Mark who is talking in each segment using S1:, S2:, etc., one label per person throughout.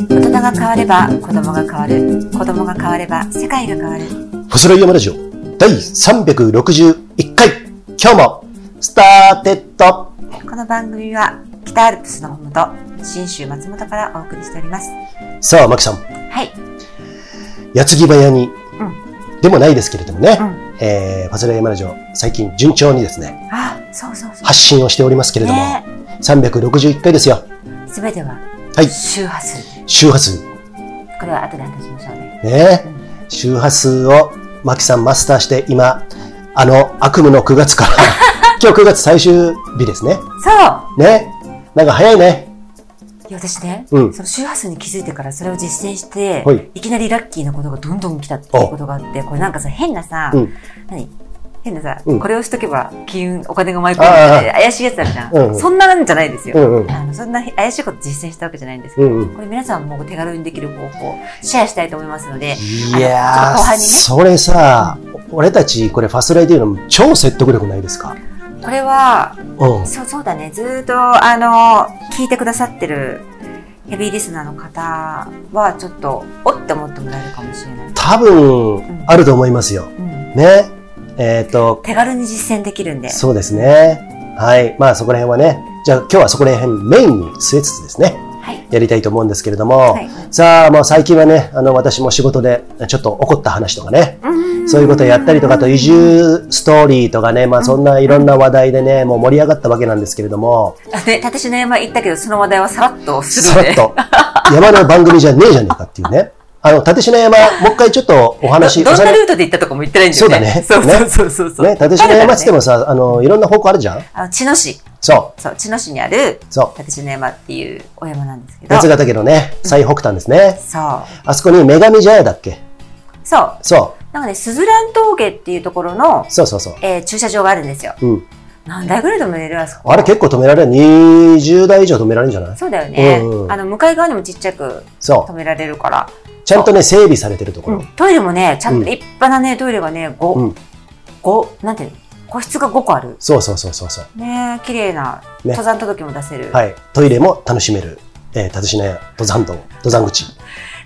S1: 変われば子供が変わる。子供が変われば世界が変わる。
S2: 細らい山ラジオ第361回今日もスターテッド
S1: この番組は北アルプスの麓、新州松本からお送りしております。
S2: さあ、マキさん、
S1: はい。
S2: 矢継ぎ早に、でもないですけれどもね、
S1: うん。
S2: えー、パズル山ラジオ最近順調にですね、
S1: あ、そうそうそう。
S2: 発信をしておりますけれども、
S1: ね
S2: 361回ですよ。
S1: すべては
S2: はい、
S1: 周波数。
S2: 周波数。
S1: これは後で話しましょうね。
S2: ね周波数をマキさんマスターして今、あの悪夢の9月 から、今日9月最終日ですね。
S1: そう
S2: ね。なんか早いね。
S1: いや私ね、
S2: うん
S1: その周波数に気づいてからそれを実践して、
S2: はい
S1: い、きなりラッキーなことがどんどん来たっていうことがあって、これなんかさ、変なさ、
S2: うん
S1: 何変なさ、
S2: うん
S1: これをしとけば金運、お金が舞い込むみたいな怪しいやつあるじゃん。
S2: うんうん
S1: そんなんじゃないですよ、
S2: うんうん
S1: あの。そんな怪しいこと実践したわけじゃないんですけ
S2: う
S1: ど、
S2: んうん。
S1: これ皆さんもお手軽にできる方法、シェアしたいと思いますので、
S2: いや
S1: あのちょっと後
S2: ー、
S1: 半にね
S2: それさ、俺たちこれファスライで言うの超説得力ないですか
S1: これは、
S2: うん。
S1: そうそうだね、ずーっと、あの、聞いてくださってるヘビーリスナーの方は、ちょっと、おって思ってもらえるかもしれない。
S2: 多分、あると思いますよ。
S1: うん
S2: ね。えっ、と、
S1: 手軽に実践できるんで。
S2: そうですね。はい。まあそこら辺はね、じゃあ今日はそこら辺メインに据えつつですね、
S1: はい。
S2: やりたいと思うんですけれども、
S1: はい。
S2: さあ、もう最近はね、あの、私も仕事で、ちょっと怒った話とかね、そういうことやったりとか、あと移住ストーリーとかね、まあそんないろんな話題でね、もう盛り上がったわけなんですけれども、
S1: で、立ちの山行ったけど、その話題はさらっとす
S2: さ
S1: る
S2: ら
S1: で。
S2: っと、山の番組じゃねえじゃねえかっていうね。あの、立科山、もう一回ちょっとお話
S1: どどん
S2: 重
S1: な
S2: ね
S1: ルートで行ったとかも言ってないんだよね。
S2: そうだ
S1: そ
S2: ね
S1: うそうそうそう。
S2: ね、立科山って言って
S1: も。
S2: もさ、あの、いろんな方向あるじゃん
S1: あの、茅野市。
S2: そ
S1: そう、茅野市にある
S2: う、、そう。
S1: 立ちの山っていうお山なんですけど。
S2: 八ヶ岳のね、最北端ですね。
S1: そう。
S2: あそこに女神茶屋だっけ
S1: そう。
S2: そ
S1: なので、すずらん峠っていうところの
S2: う、、そうそうそ
S1: えー駐車場があるんですよ。
S2: う。うん。
S1: 何台ぐらい止めれるあそこ。
S2: あれ結構止められる。20台以上止められるんじゃない
S1: そうだよね。
S2: うんうん
S1: あの、向かい側にもちっちゃく
S2: そ
S1: 止。
S2: う
S1: められるから。
S2: ちゃんとね、整備されてるところ。
S1: トイレもね、ちゃん
S2: うん
S1: と立派なね、トイレがね、5、
S2: うん
S1: 五なんていうの個室が5個ある。
S2: そうそうそうそうそう。
S1: ねえ綺麗な
S2: ね
S1: 登山届も出せる。
S2: はい。トイレも楽しめる。えー、立科屋、登山道、登山口。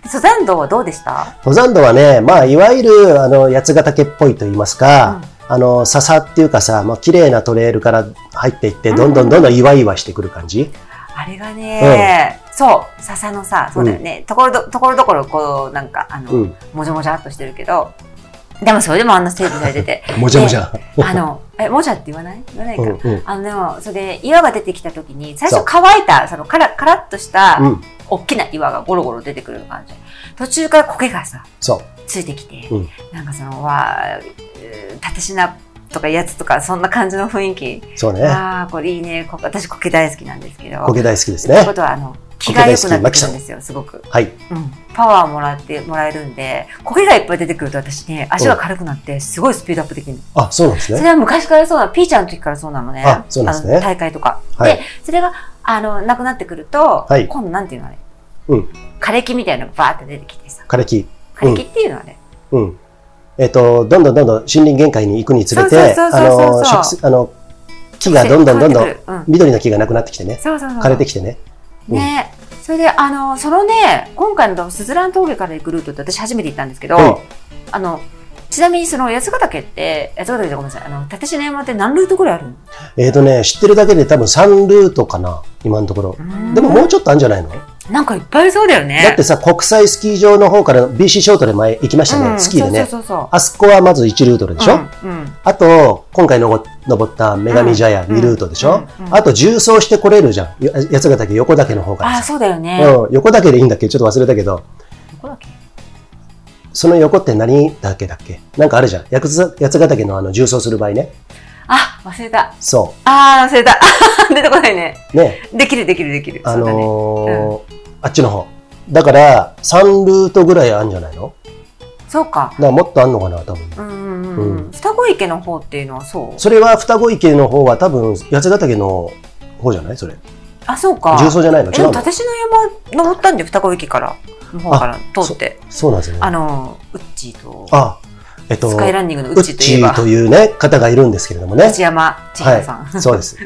S1: 登山道はどうでした
S2: 登山道はね、まあ、いわゆる、あの、八ヶ岳っぽいと言いますか、あの、笹っていうかさ、まあ、綺麗なトレイルから入っていって、どんどんどんどん岩岩してくる感じ。
S1: あれがね、そう、笹のさ、そうだよね、ところど、ところどころこう、なんか、あの、
S2: うん。
S1: もじゃもじゃっとしてるけど、でもそれでもあんな整備されてて、
S2: もじゃもじゃ。
S1: あの、え、もじゃって言わない言わないか。
S2: うんうん。
S1: あの、でも、それで、岩が出てきた時に、最
S2: そ
S1: 初
S2: う
S1: 乾いた、その、カラカラッとした、
S2: うん。
S1: 大きな岩がゴロゴロ出てくる感じ。途中から苔がさ、
S2: そう。
S1: ついてきて、
S2: うん
S1: なんかそのわ立しなとかやつとかそんな感じの雰囲気、
S2: そうね。
S1: ああこれいいねこ私苔大好きなんですけど
S2: 苔大好きです
S1: って
S2: ね
S1: こ。とはあの気が良くなってくるんですよすごく、
S2: はい。
S1: うん、パワーもらってもらえるんで苔がいっぱい出てくると私ね足が軽くなってすごいスピードアップできるの、
S2: あ、そうなんです
S1: そ
S2: ね。
S1: れは昔からそうなのピーちゃんの時からそうなのね
S2: あそうなんですね
S1: あの大会とか、
S2: はい
S1: でそれがあのなくなってくると、
S2: はい
S1: 今度なんていうのあれ、
S2: うん
S1: 枯れ木みたいなのがバーって出てきてさ
S2: 枯れ木。
S1: 枯れ木っていうのはね、
S2: うん。えっ、と、どんどんどんどん森林限界に行くにつれて、
S1: そうそう
S2: あ
S1: そうそうそう
S2: の、植生あの、木がどんどんどんど
S1: 枯れ
S2: ん
S1: てくるうん
S2: 緑の木がなくなってきてね、
S1: そうそうそう
S2: 枯れてきてね。うん
S1: ねそれであのそのね今回のすずらん峠から行くルートって私初めて行ったんですけど、
S2: はい
S1: あのちなみにその八ヶ岳って八ヶ岳じゃごめんなさいあの立科山って何ルートぐらいあるの
S2: えっ、とね、知ってるだけで多分3ルートかな、今のところ。でももうちょっとあるんじゃないの
S1: なんかいっぱいありそうだよね
S2: だってさ、国際スキー場の方から BC ショートで前行きましたね、
S1: うん
S2: スキーでね。
S1: そうそうそう
S2: あそこはまず1ルートでし
S1: そ
S2: ょ、
S1: う、うんうん
S2: あと、今回のご登った女神茶屋
S1: うん
S2: 2ルートでしょ、
S1: うんうん
S2: あと、重走してこれるじゃん。よ八ヶ岳、横岳の方から
S1: あ
S2: さ。
S1: そうだよね、ど
S2: うん、横岳でいいんだっけちょっと忘れたけど、
S1: こだっけ
S2: その横って何だっけだっけなんかあるじゃん。八つ八ヶ岳のあの、重走する場合ね。
S1: あ忘れた
S2: そ
S1: あー忘れた 出てこないね
S2: う。ね。
S1: できるできるできる
S2: あ
S1: そうだね
S2: のーあっちの方。だから、3ルートぐらいあるんじゃないの
S1: そうか
S2: だからもっとあんのかな、多分。
S1: うんうんうん、
S2: う
S1: うん、双子池の方っていうのはそう
S2: それは双子池の方は多分八ヶ岳の方じゃないそれ
S1: あそうか
S2: 重曹じゃないの
S1: え
S2: 違
S1: で
S2: う
S1: も
S2: の
S1: 立の山登ったんで双子駅からの方から通って
S2: そうなんですよ
S1: あ
S2: ね
S1: のウッチーと
S2: あえっと、
S1: スカイランニングの
S2: ウ
S1: うち
S2: ッ
S1: と
S2: チ
S1: いえば
S2: ー、というね、方がいるんですけれどもね。
S1: 内山千尋さん。
S2: は い。そうです。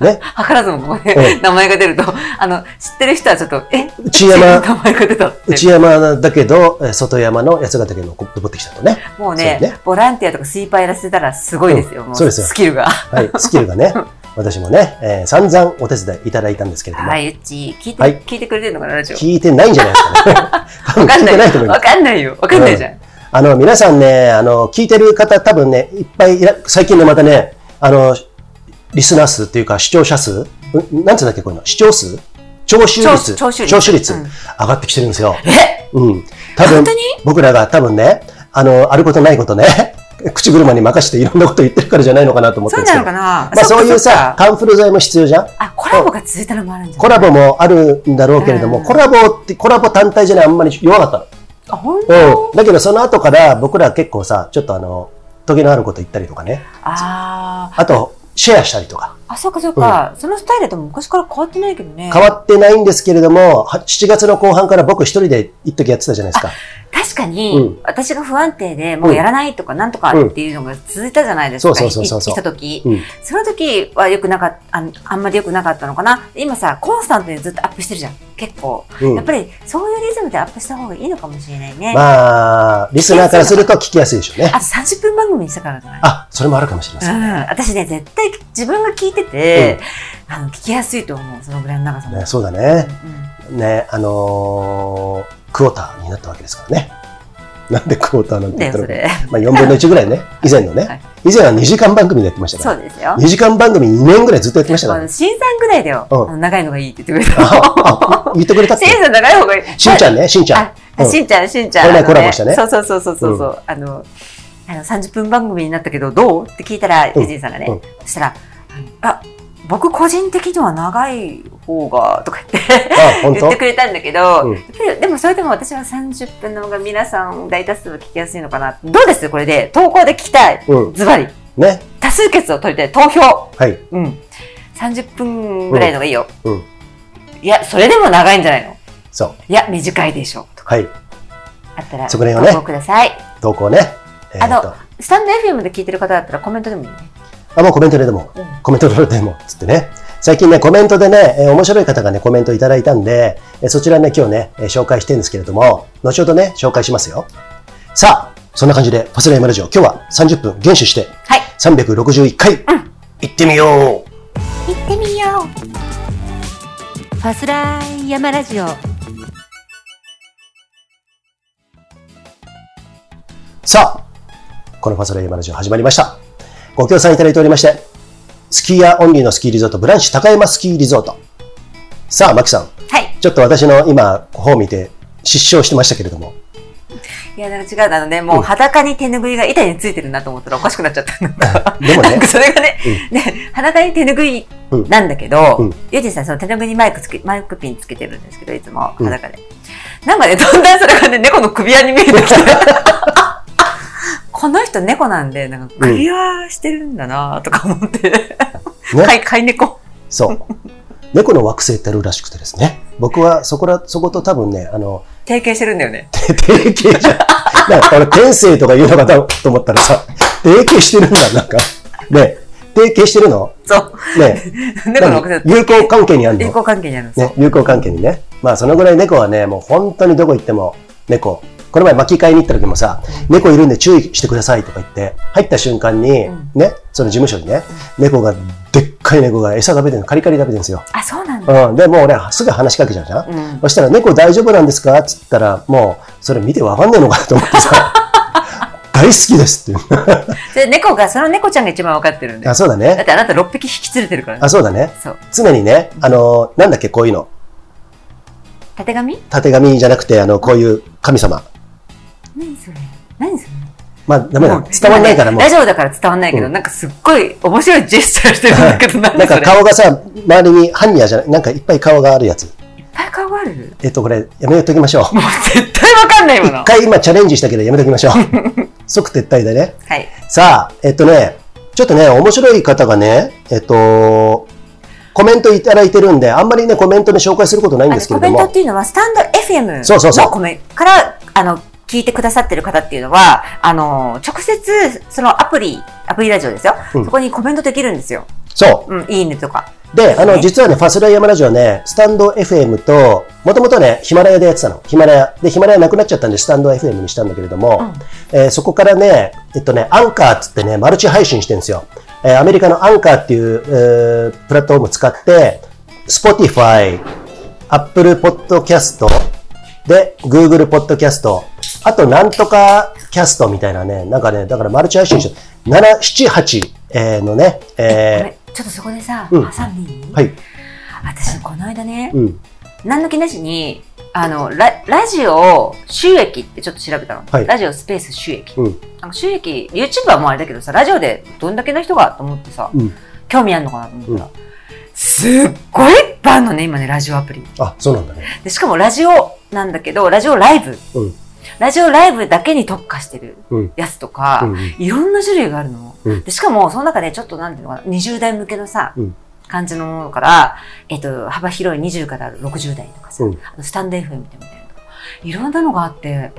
S2: ね。
S1: 図らずもここで
S2: う
S1: 名前が出ると、あの、知ってる人はちょっと、え
S2: 内山
S1: 名前が出たって。
S2: 内山だけど、えー外山の八ヶ岳のコップ持ってきたのね。
S1: もうね
S2: そうね
S1: ボランティアとかスイーパーやらせてたらすごいですよ。
S2: うん
S1: も
S2: そうですよ
S1: スキルが。
S2: はい。スキルがね、私もね、えー散々お手伝いいただいたんですけれども、
S1: はい、うち、聞いて、
S2: はい
S1: 聞いてくれてるのかな、ラジオ。
S2: 聞いてないんじゃないですか ね。 多
S1: わ
S2: 分
S1: か
S2: 聞
S1: ん
S2: い
S1: ない
S2: てないと
S1: よ。
S2: 思い
S1: わ
S2: ます。
S1: かんないよ。わかんないじゃん。
S2: あの、皆さんね、あの、聞いてる方多分ね、いっぱいいら、最近ね、またね、あの、リスナー数っていうか視聴者数、うんなんつうんだっけ、こういうの、視聴数聴取率
S1: 聴聴取率うん
S2: 上がってきてるんですよ。
S1: え
S2: うん。多分
S1: 本当に、
S2: 僕らが多分ね、あの、あることないことね、 口車に任せていろんなこと言ってるからじゃないのかなと思っ
S1: そ
S2: てる
S1: うん
S2: です
S1: な
S2: け
S1: の
S2: ど。
S1: かな
S2: まあ
S1: っか
S2: そういう
S1: っ
S2: さ、
S1: か
S2: カンフル剤も必要じゃん
S1: あ、コラボが続いたのもあるんじゃな
S2: コ
S1: い
S2: ラボもあるんだろうけれども、
S1: うん
S2: コラボって、コラボ単体じゃないあんまり弱かっ
S1: あ、ほん
S2: たの。うん。だけどその後から僕ら結構さ、ちょっとあの、時のあること言ったりとかね。
S1: あ
S2: あと、シェアしたりとか。
S1: ー。あ、そうかそうか。そのスタイルでも昔から変わってないけどね。
S2: 変わってないんですけれども、は7月の後半から僕一人で一時やってたじゃないですか。
S1: 確か
S2: う
S1: に
S2: ん、
S1: 私が不安定で、もうやらないとかなんとかっていうのが続いたじゃないですか。
S2: うんそうそうそうそ
S1: い
S2: う
S1: いた時。
S2: うん。
S1: その時は良くなかった、あんあんまり良くなかったのかな。今さ、コンスタントにずっとアップしてるじゃん。結構。
S2: うん
S1: やっぱり、そういうリズムでアップした方がいいのかもしれないね。
S2: まあ、リスナーからすると聞きやすいでしょうね
S1: あ。と30分番組にしたからじゃない
S2: あ、それもあるかもしれません。
S1: うん、私ね、絶対自分が聞いてて、あの、聞きやすいと思う、そのぐらいの長さも。
S2: ね、そうだね。
S1: うんうん
S2: ね、あのークォーターになったわけですからね。なんでクォーターなんて
S1: だ
S2: 言っ
S1: よ、そ
S2: たのか。
S1: れ。
S2: まあ、4分の1ぐらいね。以前のね。
S1: はい
S2: 以前は2時間番組でやってましたか
S1: そ
S2: ら。
S1: うですよ。
S2: 2時間番組2年ぐらいずっとやってましたから
S1: あの
S2: ね。
S1: 新さんぐらいだよ、
S2: うん
S1: あの長いのがいいって言ってくれた。
S2: あ、あ言ってくれたっ け
S1: 新さん長い方がいい。
S2: しんちゃんね、しんちゃん
S1: あ。、あしんちゃん、しんちゃん。
S2: この前
S1: あの
S2: コラボしたね
S1: そうそうそうそうそう。うあの、あの30分番組になったけど、どうって聞いたら、
S2: うん
S1: エジンさんがね、
S2: うん
S1: そしたら、あ、僕個人的には長い方が、とか言って、
S2: あ、本
S1: 言
S2: 当
S1: ってくれたんだけど、
S2: うん
S1: やっぱりでもそれでも私は30分の方が皆さん大多数は聞きやすいのかな。どうですこれで、投稿で聞きたい。
S2: うん。
S1: ズバリ、
S2: ね。
S1: 多数決を取りたい。投票。
S2: はい。
S1: うん。30分ぐらいのがいいよ。
S2: うん。
S1: いや、それでも長いんじゃないの
S2: そう。
S1: いや、短いでしょ。とか
S2: はい。
S1: あったら、
S2: そこら辺をね
S1: 投稿ください。
S2: 投稿ね。えーっと
S1: あ。スタンド FM で聞いてる方だったらコメントでもいいね。
S2: あ、もうコメントでも
S1: うん、
S2: コメントでも、つってね。最近ね、コメントでね、えー面白い方がね、コメントいただいたんで、えーそちらね、今日ね、えー紹介してるんですけれども、後ほどね、紹介しますよ。さあ、そんな感じで、パスライマラジオ、今日は30分厳守して、
S1: はい。
S2: 361回、行ってみよう
S1: 行ってみよう。ファスライ山ラジオ。
S2: さあ、このパスライマラジオ始まりました。ご協賛いただいておりまして、スキーヤーオンリーのスキーリゾート、ブランシュ高山スキーリゾート。さあ、マキさん、
S1: はい。
S2: ちょっと私の今、方を見て、失笑してましたけれ ども、
S1: いや、なんか違う。あのね、もう裸に手拭いが板についてるなと思ったらおかしくなっちゃった。
S2: でも
S1: なん
S2: ね
S1: か、それがね、ね、裸に手拭いなんだけど、
S2: うん
S1: ユージさん、その手拭いにマイクつけ、マイクピンつけてるんですけど、いつも
S2: うん
S1: 裸で。なんかね、だんだんそれがね、猫の首輪に見えてき て。この人猫なんで、なんか首輪してるんだなとか思って。
S2: ね
S1: 飼い、飼い猫。
S2: そう。猫の惑星ってあるらしくてですね。僕はそこら、そこと多分ね、あの、
S1: 提携してるんだよね。
S2: 定 型じゃん。なんか俺、天性とか言うのかなと思ったらさ、定型してるんだ、なんか。ね、定型してるの
S1: そう。
S2: ね、
S1: 猫の惑星
S2: 何友好関係にある
S1: 友
S2: の
S1: 好関係にあるんですよ。
S2: ね、友好関係にね。まあ、そのぐらい猫はね、もう本当にどこ行っても、猫。この前巻き替えに行った時もさ、猫いるんで注意してくださいとか言って、入った瞬間に、
S1: うん
S2: ね、その事務所にね、猫が、でっかい猫が餌食べてるの、カリカリ食べてるんですよ。
S1: あ、そうなんだ。
S2: うん、で、もう俺、すぐ話しかけちゃうじゃん。
S1: うん。
S2: そしたら、猫大丈夫なんですかって言ったら、もう、それ見てわかんねえのかと思って さ、大好きですっていう。
S1: で、猫が、その猫ちゃんが一番わかってるんで。だ
S2: あ、そうだね
S1: っ。てあなた6匹引き連れてるからね。
S2: あ、そうだね。
S1: そう。
S2: 常にね、あの、なんだっけ、こういうの。
S1: たてがみ
S2: 縦紙じゃなくて、あの、こういう神様。
S1: 何それ何それ
S2: まあ、ダメだ。
S1: もう
S2: 伝わんないからもう
S1: ラ。ジオだから伝わんないけど、
S2: うん
S1: なんかすっごい面白いジェスチャーしてるんだけど、なんだ
S2: なん
S1: そ
S2: か
S1: れ。
S2: 顔がさ、周りに、ハンニャじゃない、なんかいっぱい顔があるやつ。
S1: いっぱい顔があるもう
S2: えっと、これ、やめときましょう。
S1: 絶対わかんないもの。
S2: 一
S1: は
S2: 回今チャレンジしたけど、やめと きましょう。即撤退でね。
S1: い。
S2: さあ、えっとね、ちょっとね、面白い方がね、えっと、コメントいただいてるんで、あんまりね、コメントで紹介することないん
S1: あの
S2: ですけ
S1: コ
S2: れど
S1: メントっ
S2: も、
S1: ていうのは、スタンド FM
S2: そうそうそう
S1: のコメから、あの、聞いてくださってる方っていうのは、あの、直接、そのアプリ、アプリラジオですよ。
S2: うん
S1: そこにコメントできるんですよ。
S2: そう。
S1: うん、いいねとか。
S2: で、あの、
S1: ね
S2: 実はね、ファスライヤマラジオね、スタンド FM と、もともとね、ヒマラヤでやってたの。ヒマラヤ。で、ヒマラヤなくなっちゃったんで、スタンド FM にしたんだけれども、えーそこからね、えっとね、アンカーっつってね、マルチ配信してるんですよ。えーアメリカのアンカーっていう、えープラットフォームを使って、Spotify、Apple Podcast で、Google Podcast、あと、なんとかキャストみたいなね、なんかね、だからマルチ配信して、7、7、8、えーのね、
S1: ご
S2: え
S1: めんちょっとそこでさ、
S2: うん
S1: 挟んでいい
S2: ー、はい、
S1: 私、この間ね、
S2: うん、
S1: 何の気なしに、あの、ララジオ収益ってちょっと調べたの。
S2: はい
S1: ラジオスペース収益。
S2: うん、
S1: なんか収益、YouTube はもうあれだけどさ、ラジオでどんだけの人がと思ってさ、
S2: うん。
S1: 興味あるのかなと思ったら、すっごいいっぱいあるのね、今ね、ラジオアプリ。
S2: あ、そうなんだね。
S1: で、しかもラジオなんだけど、ラジオライブ。
S2: うん
S1: ラジオライブだけに特化してる
S2: うん。
S1: やつとか、
S2: うんうん
S1: いろんな種類があるの。
S2: うん
S1: でしかも、その中でちょっとなんていうのかな、20代向けのさ、
S2: うん
S1: 感じのものから、えっ、と、幅広い20から60代とかさ、
S2: うん
S1: あとスタンド FM みたいなのとか、いろんなのがあって、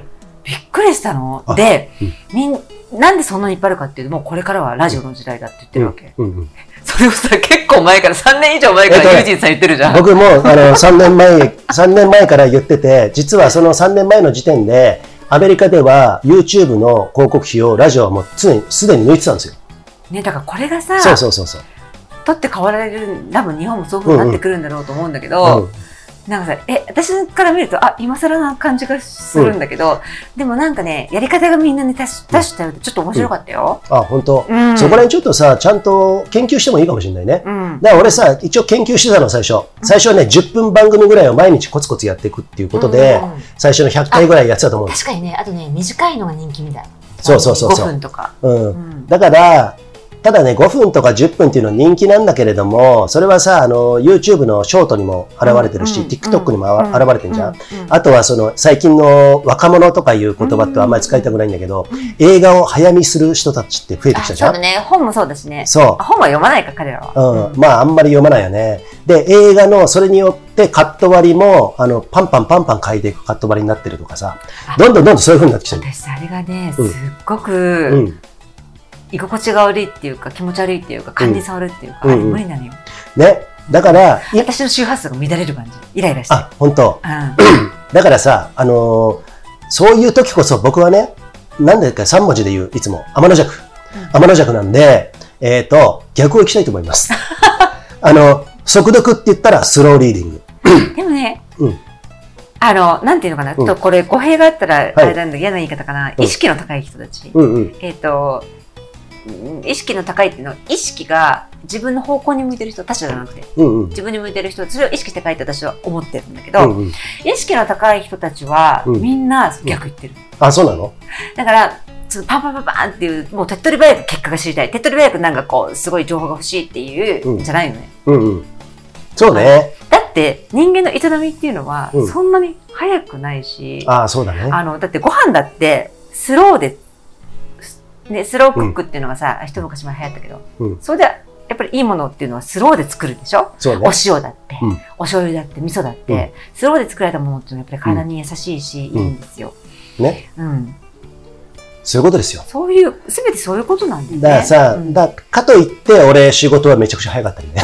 S1: びっくりしたの。で、
S2: うん
S1: みん、なんでそんなにいっぱいあるかっていうと、もうこれからはラジオの時代だって言ってるわけ。
S2: うんうん
S1: それをさ、結構前から、3年以上前か
S2: えっと
S1: ら
S2: ね
S1: ユージンさん言ってるじゃん。
S2: 僕もあの3年 前三年前から言ってて実はその3年前の時点でアメリカでは YouTube の広告費をラジオはもう常にすでに抜いてたんですよ。
S1: ね、だからこれがさ、
S2: そうそうそうそう。
S1: 取って変わられる多分日本もそういうふうになってくるんだろうと思うんだけど、
S2: うん
S1: なんかさえ私から見るとあ今更な感じがするんだけど、でもなんかねやり方がみんなね多種多種多様でちょっと面白かったよ。
S2: あ本当、
S1: うん
S2: そこら辺ちょっとさちゃんと研究してもいいかもしれないね。
S1: うん
S2: だから俺さ一応研究してたの最初最初はね10分番組ぐらいを毎日コツコツやっていくっていうことで、
S1: うんうんうん
S2: 最初の100回ぐらいやってたと思うんです
S1: 確かにねあとね短いのが人気みたい
S2: そうそうそうそう
S1: 5分とか、
S2: うん
S1: うん
S2: だから、ただね、5分とか10分っていうのは人気なんだけれども、それはさ、あの、YouTube のショートにも現れてるし、
S1: うん
S2: TikTok にもあ
S1: う
S2: 現れてるじゃん。
S1: うう
S2: あとはその、最近の若者とかいう言葉ってあんまり使いたくないんだけど、映画を早見する人たちって増えて
S1: あ
S2: き
S1: そ
S2: た
S1: う
S2: じゃ
S1: だ
S2: ん。
S1: ね本もそうだしね
S2: そ
S1: あ本は読まないか彼ら
S2: う。
S1: は、
S2: うん。まあ、あんまり読まないよね。で、映画の、それによってカット割りも、あの、パンパンパンパン変えていくカット割りになってるとかさ、どんどんどんどんそういう風になってきてる。
S1: 私あれがねす
S2: う
S1: っ
S2: ん
S1: ご
S2: う
S1: く
S2: ん。
S1: 居心地が悪いっていうか気持ち悪いっていうか勘に触るっていうか、
S2: うん
S1: あれ無理なのよ、
S2: ね。だから、い
S1: 私の周波数が乱れる感じイライラして
S2: あ、本当
S1: う
S2: だからさ、あのーそういう時こそ僕はね、なんでか3文字で言う、いつも、天の弱。天の弱なんで、えっ、と、逆を行きたいと思い ます。あの、速読って言ったらスローリーディング。
S1: んでもね、
S2: うん
S1: あの、なんていうのかな、ちょっとこれ語弊があったら、あれなんだ、嫌な言い方かな、
S2: うん
S1: 意識の高い人たち。
S2: うんうん。
S1: えっ、と、うん意識の高いっていうのは、意識が自分の方向に向いてる人、他者じゃなくて、
S2: うんうん。
S1: 自分に向いてる人、それを意識して高いって私は思ってるんだけ
S2: う
S1: ど、
S2: んうん、
S1: 意識の高い人たちは、
S2: うん
S1: みんな逆言ってる。
S2: あ、そうなの
S1: だから、そのパンパンパンパンっていう、もう手っ取り早く結果が知りたい。手っ取り早くなんかこう、すごい情報が欲しいっていう、
S2: うん
S1: じゃないのね。
S2: うんうん。そうね。
S1: だって人間の営みっていうのは
S2: うん
S1: そんなに早くないし、
S2: あそうだね。
S1: あのだってご飯だってスローで、すね、スロークックっていうのがさ、一昔前流行ったけど、
S2: うん
S1: それでやっぱりいいものっていうのはスローで作るでしょ、
S2: そう
S1: お
S2: ね。
S1: 塩だって、
S2: うん
S1: お醤油だって味噌だって、
S2: うん
S1: スローで作られたものっていうのはやっぱり体に優しいし、
S2: うん
S1: いいんですよ、
S2: ね。
S1: うん、
S2: そういうことですよ。
S1: そういう全てそういうことなんだよね
S2: だからさ、
S1: うん
S2: だかといって俺仕事はめちゃくちゃ早かったりね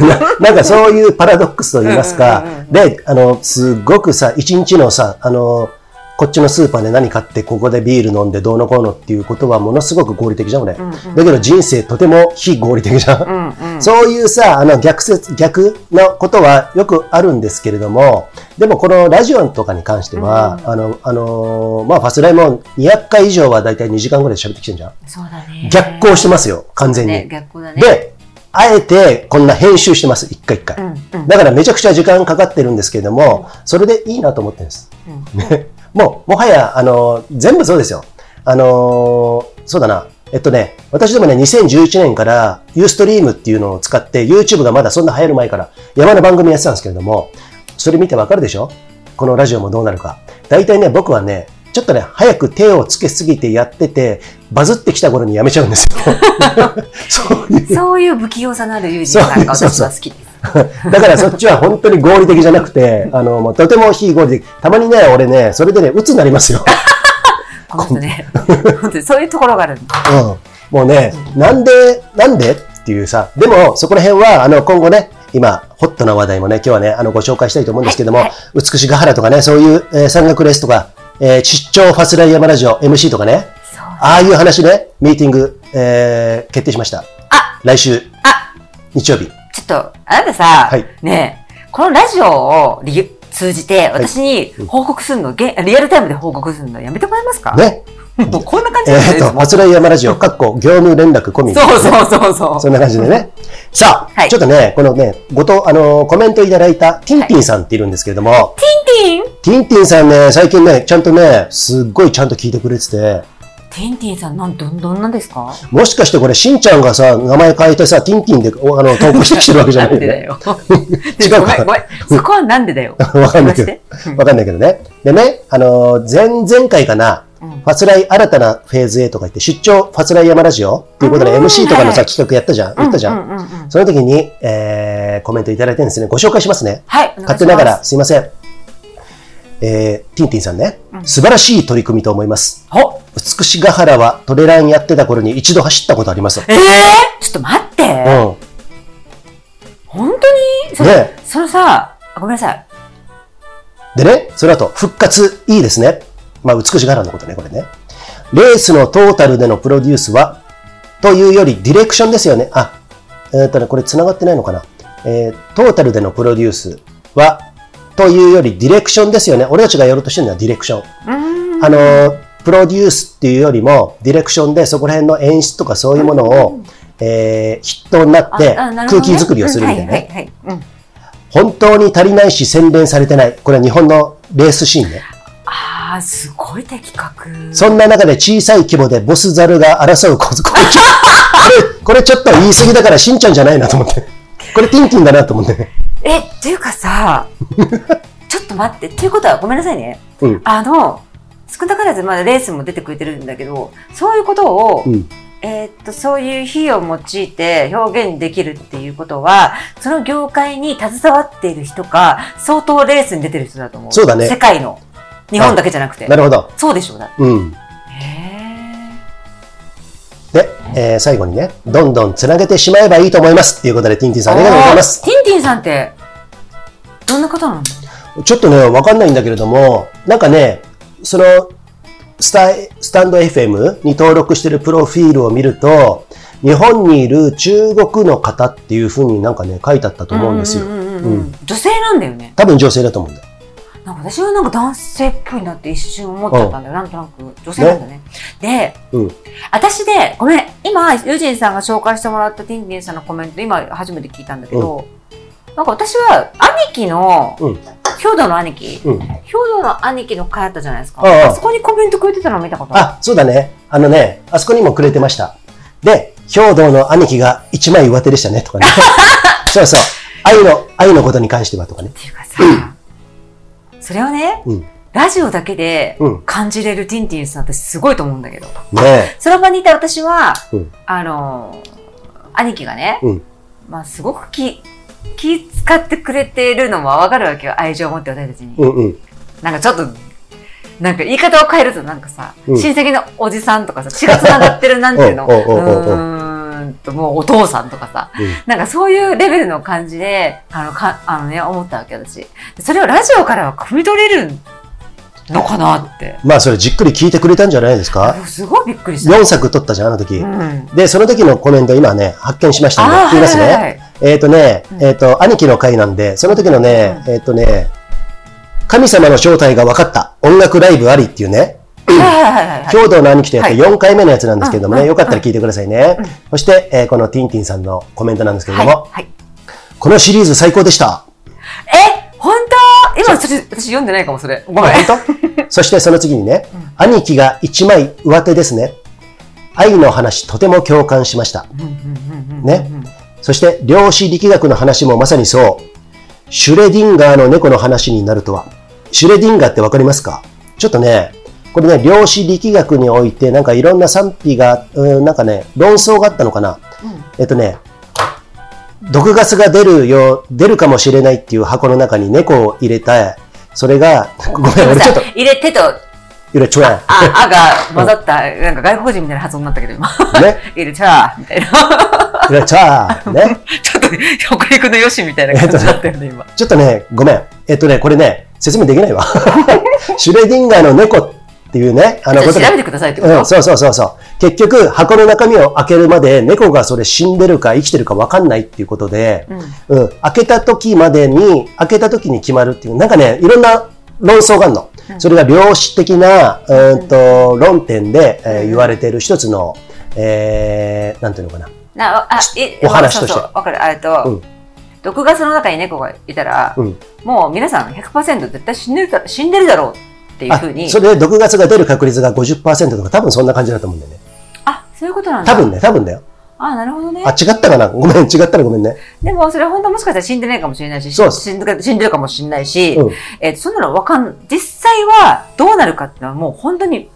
S2: ななんかそういうパラドックスと言いますか、
S1: うんうんうんうん
S2: であのすごくさ一日のさあのこっちのスーパーで何買ってここでビール飲んでどうのこうのっていうことはものすごく合理的じゃん俺、
S1: うん
S2: だけど人生とても非合理的じゃん、
S1: うんうんうん
S2: そういうさ、あの逆説、逆のことはよくあるんですけれども、でもこのラジオとかに関しては、
S1: うん
S2: あの、あのーまあ、ファスライも200回以上はだいたい2時間ぐらいで喋ってきてるじゃん。
S1: そうだね
S2: 逆行してますよ、完全に。
S1: ね逆光だね
S2: で、あえてこんな編集してます、一回一回。
S1: うんうん
S2: だからめちゃくちゃ時間かかってるんですけれども、それでいいなと思ってるんです。
S1: うん
S2: ね もう、もはや、あの、全部そうですよ。あのーそうだな。えっとね、私どもね、2011年から、ユーストリームっていうのを使って、YouTube がまだそんな流行る前から、山の番組やってたんですけれども、それ見てわかるでしょこのラジオもどうなるか。大体ね、僕はね、ちょっとね、早く手をつけすぎてやってて、バズってきた頃にやめちゃうんですよ。そういう。
S1: そういう不器用さのある友人さんが私は好きです。
S2: だからそっちは本当に合理的じゃなくて、あの、もうとても非合理的。たまにね、俺ね、それでね、鬱になりますよ。
S1: この人ね。本当にそういうところがあるんで。
S2: うん、もうね、なんで、なんでっていうさ、でも、そこら辺は、あの、今後ね、今、ホットな話題もね、今日はね、あの、ご紹介したいと思うんですけども、
S1: はいはい
S2: 美しが原とかね、そういう、えー山岳レースとか、えー、出張ファスライヤマラジオ MC とかね、
S1: そう。
S2: ああいう話ね、ミーティング、えー決定しました。
S1: あ
S2: 来週、
S1: あ
S2: 日曜日。
S1: ちょっと、あなたさ、
S2: はい
S1: ねえこのラジオを理由通じて、私に報告するの、げんリアルタイムで報告するのやめてもらえますか、
S2: ね。
S1: もうこんな感じ
S2: え
S1: です
S2: ー、と、
S1: よ
S2: ファスライヤマラジオ、かっこ、業務連絡込み。
S1: いつもそうそうそうそう。
S2: そんな感じでね。さあ、
S1: はい
S2: ちょっとね、このね、ごと、あのーコメントいただいた、ティンティンさんっているんですけれども、
S1: ティンティン
S2: ティンティンさんね、最近ね、ちゃんとね、すっごいちゃんと聞いてくれてて、
S1: ティンティンさん、なん、どん、どんなんですか
S2: もしかしてこれ、しんちゃんがさ、名前変えてさ、ティンティンでおあの投稿してきてるわけじゃ
S1: な
S2: ない
S1: んで
S2: よ
S1: だ
S2: ね。
S1: よ。
S2: 違
S1: 違
S2: うか
S1: ごめん、ごめん。そこはなんでだよ。
S2: わかんないけど
S1: 言わして。
S2: わかんないけどね。でね、あのー前々回かな、
S1: うん
S2: ファスライ新たなフェーズへとか言って、出張ファスライ山ラジオっていうことで
S1: うん
S2: MC とかの
S1: は
S2: さ、
S1: い
S2: 企画やったじゃん、言ったじゃ。
S1: うんんうんうんうん
S2: その時に、えー、コメントいただいてるんですね。ご紹介しますね。
S1: はい、お願いします
S2: 勝手ながら、。すいません。えー、ティンティンさんね、
S1: うん
S2: 素晴らしい取り組みと思います。
S1: ほ
S2: 美しが原はトレランやってた頃に一度走ったことあります。
S1: ええちょっと待って。
S2: うん。
S1: 本当にそれ、
S2: ね
S1: そのさ、ごめんなさい。
S2: でね、その後、復活いいですね。まあ、美しが原のことね、これね。レースのトータルでのプロデュースは、というよりディレクションですよね。あ、えーっとね、これ繋がってないのかな。えートータルでのプロデュースは、というよりディレクションですよね。俺たちがやろうとしてるのはディレクション。
S1: うーん。
S2: あのープロデュースっていうよりも、ディレクションでそこら辺の演出とかそういうものを、えー筆頭になって
S1: ああなるほ
S2: 空
S1: どね
S2: 気作りをするみたいな
S1: うんは
S2: ね
S1: い、。はい、はい。うん。
S2: 本当に足りないし洗練されてない。これは日本のレースシーンね。
S1: ああ、すごい的確。
S2: そんな中で小さい規模でボスザルが争うここれ、これちょっと言い過ぎだからしんちゃんじゃないなと思って。これティンティンだなと思って。
S1: え、っていうか さ、ちょっと待って。っていうことは、ごめんなさいね。
S2: うん。
S1: あの、少なからずまだレースも出てくれてるんだけど、そういうことを、
S2: うん
S1: えーっと、そういう費を用いて表現できるっていうことは、その業界に携わっている人か、相当レースに出てる人だと思う。
S2: そうだね
S1: 世界の。日本だけじゃなくて。
S2: なるほど。
S1: そうでしょうだって。
S2: うん。で、えー最後にね、どんどん繋げてしまえばいいと思いますっていうことでティンティンさんありがとうございます。
S1: ティンティンさんって、どんな方なの
S2: ちょっとね、わかんないんだけれども、なんかね、その、スタスタンド FM に登録してるプロフィールを見ると、日本にいる中国の方っていうふうになんかね、書いてあったと思うんですよ。
S1: んうんうんうん女性なんだよね。
S2: 多分女性だと思うんだ。
S1: なんか私はなんか男性っぽいなって一瞬思っちゃったんだよ。なんとなく女性なんだね。で、
S2: うん
S1: 私で、ごめん、今、ユジンさんが紹介してもらったティンティンさんのコメント、今初めて聞いたんだけど、なんか私は兄貴の、
S2: うん
S1: 兵道の兄貴、
S2: うん。
S1: 兵道の兄貴の会あったじゃないですか。
S2: ああ
S1: あそこにコメントくれてたの見たことる。
S2: あ、そうだね。あのね、あそこにもくれてました。で、兵道の兄貴が一枚上手でしたね、とか ね。そうそう。愛の、愛のことに関してはとかね。
S1: っていうかさ、それをね、
S2: うん
S1: ラジオだけで
S2: うん
S1: 感じれるティンティンさんってすごいと思うんだけど。
S2: ね
S1: その場にいた私は、
S2: うん
S1: あの兄貴がね、
S2: うん
S1: まあすごく気気使ってくれてるのもわかるわけよ愛情を持って私たちに、
S2: うんうん。
S1: なんかちょっとなんか言い方を変えるとなんかさ、
S2: うん
S1: 親戚のおじさんとかさ血が繋がってるなんていうの
S2: おうおうおうおうおう
S1: うーんともうお父さんとかさ、
S2: うん
S1: なんかそういうレベルの感じであのかあのね思ったわけ私それをラジオからは汲み取れるのかなって
S2: まあ、それじっくり聞いてくれたんじゃないですか
S1: すごいびっくりした、
S2: ?4 作撮ったじゃん、あの時。
S1: うん、
S2: で、その時のコメント、今ね、発見しましたので、言いますね。
S1: はいはいはい
S2: えっ、とね、
S1: うん
S2: えっ、と、兄貴の会なんで、その時のね、えっ、とね、神様の正体が分かった、音楽ライブありっていうね、
S1: はいはいはいはい。
S2: 兵道の兄貴とやった
S1: はい
S2: 4回目のやつなんですけれどもね、
S1: うん
S2: よかったら聞いてくださいね。そして、えーこのティンティンさんのコメントなんですけれども、
S1: はい。
S2: このシリーズ最高でした。
S1: え本当今それ、私読んでないかも、それ。ごめん。
S2: そしてその次にね、兄貴が一枚上手ですね。愛の話、とても共感しました。ね。そして、量子力学の話もまさにそう。シュレディンガーの猫の話になるとは。シュレディンガーってわかりますかちょっとね、これね、量子力学において、なんかいろんな賛否が、うんなんかね、論争があったのかな。えっとね、毒ガスが出るよう、出るかもしれないっていう箱の中に猫を入れたそれが、ごめん、
S1: ごめん
S2: 俺
S1: な
S2: ち
S1: さ
S2: ょ
S1: い
S2: っと、
S1: 入れてと、
S2: ゆれちょやん。
S1: あ、あが混ざった、なんか外国人みたいな発音になったけど、今。
S2: ね。
S1: いるちゃーみたいな。
S2: ゆれちゃー。ね。
S1: ちょっと、北陸のよしみたいな感じになったよね、今。
S2: ちょっとね、ごめん。えっとね、これね、説明できない わ。シュレディンガーの猫っていうね、あの
S1: ちょっと
S2: で
S1: 調べてくださいってこと
S2: うん、そうそうそうそう。結局、箱の中身を開けるまで、猫がそれ死んでるか生きてるか分かんないっていうことで、
S1: うん。
S2: うん、開けた時までに、開けた時に決まるっていう、なんかね、いろんな論争があるの。
S1: うん
S2: それが量子的な、うーんと、論点で、えー言われてる一つの、えー、なんていうのかな。
S1: なあえ
S2: お話として
S1: そうそうわかる。あえっと、
S2: うん
S1: 毒ガスの中に猫がいたら、
S2: うん
S1: もう皆さん100%絶対死んでるだ死んでるだろうっていう
S2: あ
S1: ふうに、
S2: それで毒ガスが出る確率が50%とか、多分そんな感じだと思うんだよね。
S1: あ、そういうことなんだ。
S2: 多分ね、多分だよ。
S1: あ、なるほどね
S2: あ、。違ったかなごめん、違ったらごめんね。
S1: でもそれ本当もしかしたら死んでないかもしれないし、
S2: そう
S1: 死んで死んでるかもしれないし、
S2: うん
S1: えっとそんなのわかん、実際はどうなるかっていうのはもう本当に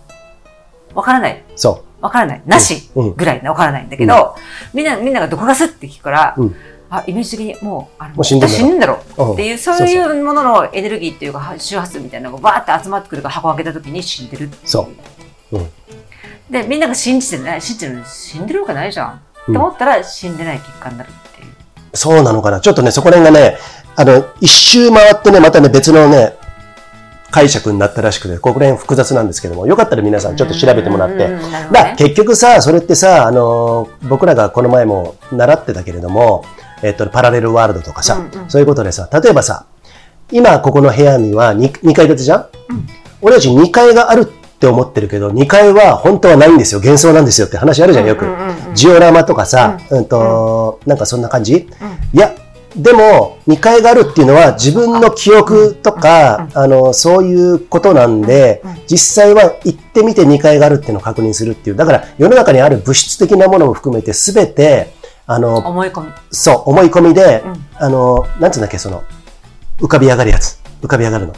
S1: わからない。
S2: そ
S1: わからない。なし
S2: うんうん
S1: ぐらいわからないんだけど、みんな、みんなが毒ガスって聞くから、
S2: うん
S1: あ、イメージ的にもう、あの
S2: もう死んでんだろ
S1: 死んだろう
S2: う。うん
S1: っていう、そういうもののエネルギーっていうか、は周波数みたいなのがバーって集まってくるから箱を開けた時に死んでるってい。
S2: そうううん
S1: で、みんなが信じてない、信じてる、死んでるわけないじゃん。と、
S2: うん
S1: 思ったら死んでない結果になるっていう。
S2: そうなのかな。ちょっとね、そこら辺がね、あの、一周回ってね、またね、別のね、解釈になったらしくて、ここら辺複雑なんですけども、よかったら皆さんちょっと調べてもらって。
S1: うん。なるほど
S2: まあ、
S1: ね。
S2: 結局さ、それってさ、あのー僕らがこの前も習ってたけれども、えっと、パラレルワールドとかさ、
S1: うんうん
S2: そういうことでさ、例えばさ、今ここの部屋には 2, 2階建てじゃん、
S1: うん
S2: 俺たち2階があるって思ってるけど、2階は本当はないんですよ、幻想なんですよって話あるじゃん、よく。
S1: うんうんうんうん
S2: ジオラマとかさ、うんと、なんかそんな感じいや、でも、2階があるっていうのは自分の記憶とか、あの、そういうことなんで
S1: うんうん、
S2: 実際は行ってみて2階があるっていうのを確認するっていう。だから、世の中にある物質的なものも含めて全て、あの、
S1: 思い込み。
S2: そう、思い込みで
S1: うん、
S2: あの、なんつうんだっけ、その、浮かび上がるやつ。浮かび上がるの。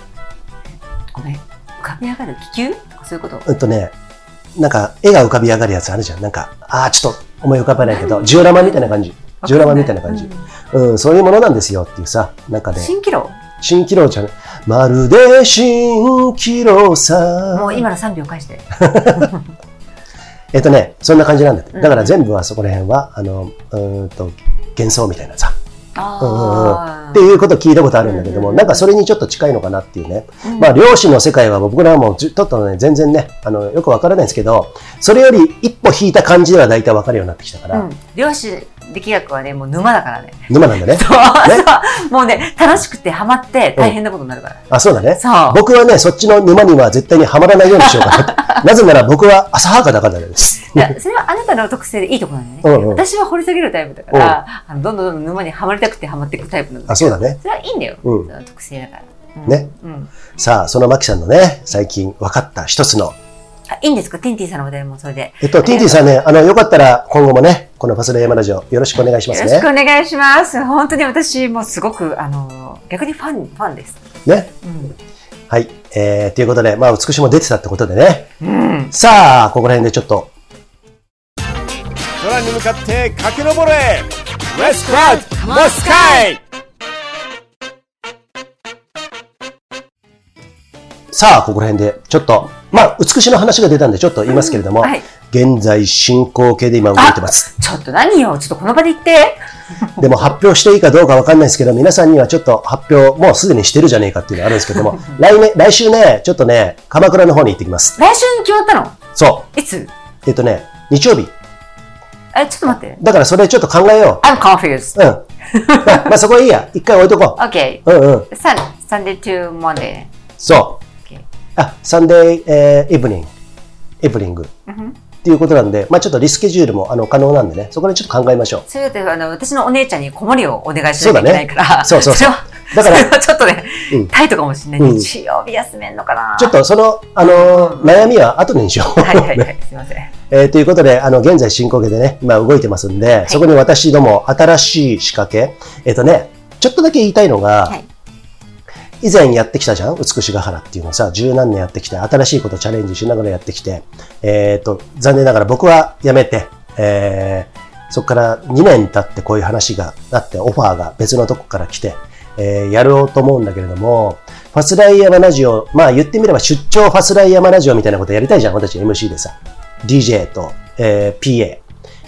S1: ごめん。浮かび上がる気球とかそういうこと。
S2: うんとね、なんか、絵が浮かび上がるやつあるじゃん。なんか、ああ、ちょっと思い浮かばないけど、ジオラマみたいな感じ。ジオラマみたいな感じ
S1: うん。
S2: うん、そういうものなんですよっていうさ、なんかね。
S1: 蜃気楼
S2: 蜃気楼じゃない。まるで蜃気楼
S1: も
S2: さ。
S1: う今の3秒返して。
S2: えっとね、そんな感じなんだって。
S1: うん
S2: だから全部はそこら辺は、あの、うーんと、幻想みたいなさ。
S1: ああ。
S2: っていうことを聞いたことあるんだけども、
S1: うん
S2: なんかそれにちょっと近いのかなっていうね。
S1: うん
S2: まあ、漁師の世界は僕らはもうちょっとね、全然ね、あの、よくわからないんですけど、それより一歩引いた感じでは大体わかるようになってきたから、
S1: うん、漁師力学はねもう沼だ からね
S2: 沼なんだね。
S1: そうそうもうね楽しくてハマって大変なことになるから、
S2: あ、そうだね。
S1: そう
S2: 僕はね、そっちの沼には絶対にはまらないようにしようか なと。なぜなら僕は浅はかだからです。
S1: いやそれはあなたの特性でいいところなんだ
S2: う
S1: よね、
S2: んうん
S1: 私は掘り下げるタイプだから、あのどんどんどんどん沼にはまりたくてはまっていくタイプなんだ
S2: あ、
S1: け
S2: そうだね。
S1: どそれはいいんだよ、
S2: うん
S1: その特性だから、うん
S2: ね
S1: うん、
S2: さあ、そのマキさんのね、最近分かった一つの。
S1: あいいんですかティンティさんのお題もそれで
S2: えっと、ティンティさんね、あの、よかったら今後もね、このファスレ山ラジオよろしくお願いし
S1: よ
S2: ます
S1: ろしく
S2: ね。
S1: お願いします本当に私もすごくあの逆にファンファンです
S2: ね。
S1: うん、
S2: はい。えー、ということで、まあ、美しも出てたってことでね。
S1: うん、
S2: さあ、ここら辺でちょっと。
S3: 空に向かって駆け上れレスクラウドマスカイ
S2: さあ、ここら辺で、ちょっと、まあ、美しの話が出たんで、ちょっと言いますけれども、
S1: はい
S2: 現在進行形で今動いてます。
S1: ちょっと何よちょっとこの場で言って
S2: でも発表していいかどうかわかんないですけど、皆さんにはちょっと発表、もうすでにしてるじゃねえかっていうのがあるんですけど も、来年、来週ね、ちょっとね、鎌倉の方に行ってきます。
S1: 来週に決まったの
S2: そ
S1: いつ
S2: う。えっとね、日曜日。
S1: えちょっと待って
S2: だからそれちょっと考えよう。
S1: I'm confused
S2: うん。まあまあそこはいいや。一回置いとこ
S1: Okay
S2: う。うんうん。
S1: Sun Sunday to Monday
S2: そう
S1: ケー。
S2: あ、サンデー、えー、イブニング。イブニング。っていうことなんで、まあちょっとリスケジュールもあの可能なんでね、そこでちょっと考えましょう。
S1: それだってあの私のお姉ちゃんに子守りをお願いしなきゃいけないから
S2: そうだねそうそうそうだ
S1: だ
S2: か
S1: から らそれはちょっとね、
S2: うん
S1: タイトかもしれない、
S2: うん
S1: 日曜日休めんのかな
S2: ちょっとその、あのー悩みは後にしよう。
S1: はいはいはいすいません
S2: えーということで、あの、現在進行形でね、今動いてますんで、そこに私ども新しい仕掛け。えっ、とね、ちょっとだけ言いたいのが、
S1: はい
S2: 以前やってきたじゃん美しが原っていうのをさ、十何年やってきて、新しいことチャレンジしながらやってきて、えっ、と、残念ながら僕は辞めて、えーそこから2年経ってこういう話があって、オファーが別のとこから来て、えーやろうと思うんだけれども、フファスライヤマラジオ、まあ言ってみれば出張ファスライヤマラジオみたいなことやりたいじゃん、私たち MC でさ。DJ と、えー PA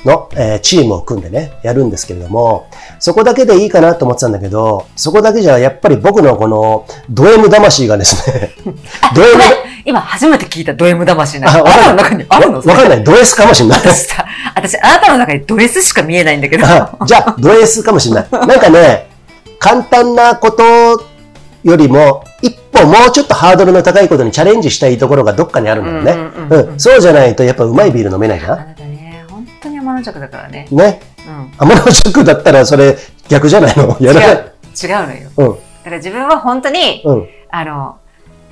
S2: の、えーチームを組んでね、やるんですけれども、そこだけでいいかなと思ってたんだけど、そこだけじゃやっぱり僕のこのド M 魂がですね、ド M
S1: これ今初めて聞いたド M 魂な
S2: あ
S1: の。
S2: わ
S1: あな
S2: か
S1: た
S2: ん
S1: の中にあるの
S2: わかんない。ド S かもしんない。
S1: 私さ、私、あなたの中にド S しか見えないんだけど。
S2: あ じゃあ、ド S かもしれない。なんかね、簡単なことよりも、一歩もうちょっとハードルの高いことにチャレンジしたいところがどっかにあるんだよね。
S1: うんうんうんうん
S2: うんそうじゃないと、やっぱうまいビール飲めないじゃ
S1: あ
S2: ん。
S1: なたね、本当に天の弱だからね。
S2: ね。
S1: うん。
S2: 天の塾だったら、それ逆じゃないの
S1: 違
S2: や
S1: う
S2: らな
S1: 違
S2: い。。
S1: うのよ。
S2: うん。
S1: だから自分は本当に、
S2: うん。
S1: あの、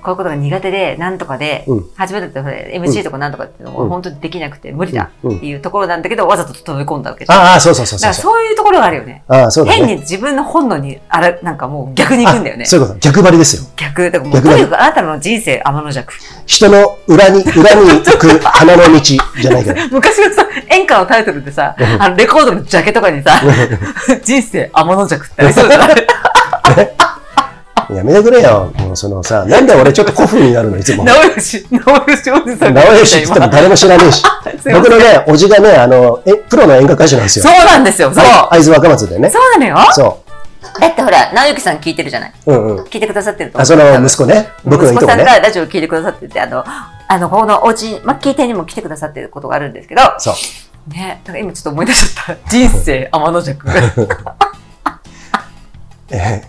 S1: こういうことが苦手で、なんとかで、
S2: うん
S1: 初めてだったら MC とかなんとかっていうの
S2: うん
S1: も本当にできなくて無理だ
S2: うんうん
S1: っていうところなんだけど、わざと飛び込んだわけじゃん。だ
S2: ああ、そうそうそう
S1: か
S2: そう
S1: ら
S2: そう。
S1: そういうところがあるよね。
S2: ああ、そうだね。
S1: 変に自分の本能にあら、なんかもう逆に行くんだよね
S2: あ。そういうこと。逆張りですよ。
S1: 逆。だからもう
S2: 逆
S1: と
S2: だね
S1: にかくあなたの人生天の弱。
S2: 人の裏に、裏に行く花の道じゃないけど。
S1: 昔のさ、演歌のタイトルでさ、あのレコードのジャケとかに さ、人生天の弱ってありそうじゃない
S2: やめてくれよ。もうそのさ、なんで俺ちょっと古風になるのいつも。
S1: 直吉、直吉おじさんが
S2: 名
S1: 言
S2: 古屋
S1: って
S2: 市
S1: た
S2: って言っても
S1: 今
S2: 誰も知らねえし
S1: すいません
S2: 僕のねおじがねあのえプロの演歌歌手なんですよ
S1: そうなんですよ、そう。
S2: はい会津若松でね
S1: そうなのよ。
S2: そ
S1: だってほら、直之さん聞いてるじゃない。
S2: ううんうん
S1: 聞いてくださってると思う。
S2: あその息子ね僕のい
S1: 息
S2: と
S1: 子
S2: こ
S1: さん
S2: ね
S1: がラジオ聞いてくださってて、あの、あの、このおうち、マッキー店にも来てくださってることがあるんですけど、
S2: そう
S1: ね、だから今ちょっと思い出しちゃった。人生天の弱。
S2: え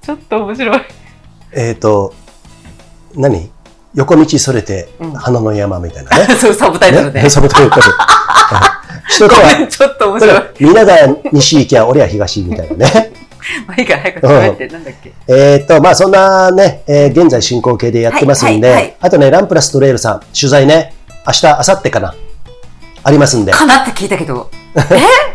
S1: ちょっと面白い。
S2: ーえーと何横道それて
S1: うん
S2: 花の山みたいなね
S1: そう、サブタイトルね
S2: ね。 サブタイトル人と
S1: ごめ
S2: は
S1: ん、ちょっと面
S2: そ
S1: 白い。
S2: れ皆が西行きゃ俺は東みたい なね
S1: まあいいから早く喋って、なんだっけ。
S2: えっとまあそんなね、えー現在進行形でやってますんで、
S1: はいはいはい
S2: あとねランプラストレールさん取材ね明日明後日かなありますんで
S1: かなって聞いたけど、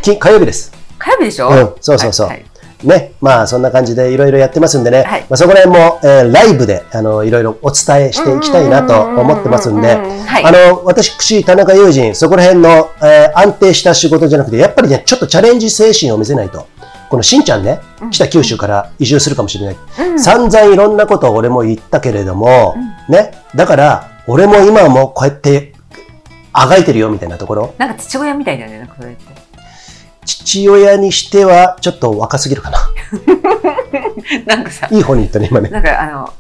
S2: き火曜日です
S1: 火曜日でしょ
S2: うんそうそうそう
S1: はいはい
S2: ね、まあそんな感じでいろいろやってますんでね、
S1: はい
S2: まあ、そこら辺も、えーライブであのいろいろお伝えしていきたいなと思ってますんで、
S1: うんうんうんうんうんはい
S2: あの私、田中友人、そこら辺の、えー安定した仕事じゃなくて、やっぱりね、ちょっとチャレンジ精神を見せないと、このしんちゃんね、北九州から移住するかもしれない、
S1: うん
S2: 散々いろんなことを俺も言ったけれども、ね、だから、俺も今もこうやってあがいてるよみたいなところ、
S1: なんか父親みたいだよね、なんかそれって。
S2: 父親にしてはちょっと若すぎるかな、
S1: なんかさ、
S2: いい方に言ったね、今ね。
S1: なんかあの、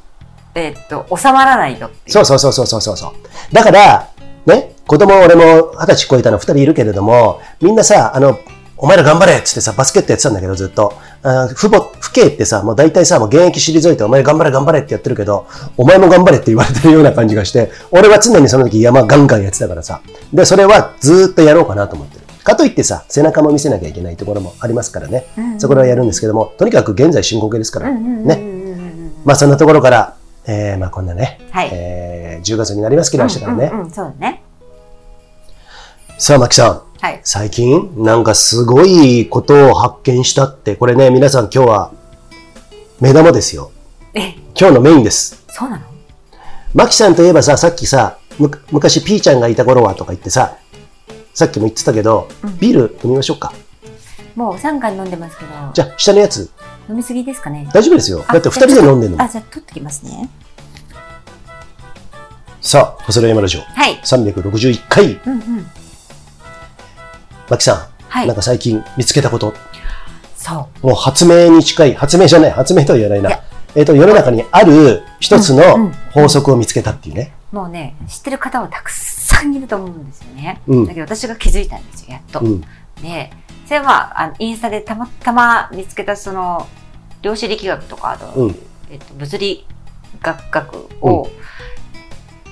S1: えーっと、収まらないよっていう。
S2: そうそうそうそうそうそうそう。だから、ね、子供俺も二十歳超えたの二人いるけれども、みんなさ、あの、お前ら頑張れっつってさ、バスケットやってたんだけど、ずっと。あー父母、父兄ってさ、もう大体さ、もう現役退いて、お前頑張れ頑張れってやってるけど、お前も頑張れって言われてるような感じがして、俺は常にその時山ガンガンやってたからさ。で、それはずーっとやろうかなと思ってる。かといってさ、背中も見せなきゃいけないところもありますからね。そこらはやるんですけども、とにかく現在進行形ですから、
S1: うんうんうんうんうん
S2: ね。まあそんなところから、えー、まあこんなね、
S1: はい
S2: えー、10月になりますけど、明日からね。
S1: うんうんうん、そうだね。
S2: さあ、マキさん、
S1: はい。
S2: 最近、なんかすごいことを発見したって、これね、皆さん今日は、目玉ですよ。
S1: え、
S2: 今日のメインです。
S1: そうなの
S2: マキさんといえばさ、さっきさ、む昔ピーちゃんがいた頃はとか言ってさ、さっきも言ってたけど、
S1: うん
S2: ビール飲みましょうか。
S1: もう3缶飲んでますけど、
S2: じゃあ、下のやつ、
S1: 飲みすぎですかね
S2: 大丈夫ですよ。
S1: あ
S2: だって二人で飲んでるの。
S1: あ、じゃあ取ってきますね。
S2: さあ、細野山ラジオ、
S1: はい。
S2: 361回、
S1: うんうん。
S2: マキさん、
S1: はい
S2: なんか最近見つけたこと、
S1: そう。
S2: もう発明に近い、発明じゃない、発明とは言わない
S1: い
S2: な
S1: や。
S2: えっ、と、世の中にある一つ
S1: うんう
S2: の
S1: ん
S2: 法則を見つけたっていうね。
S1: もうね、知ってる方はたくさんいると思うんですよね。
S2: うん
S1: だけど私が気づいたんですよ、やっと。
S2: うん。
S1: で、それは、まああの、インスタでたまたま見つけたその、量子力学とか、あと、
S2: うん。
S1: えっと、物理学学を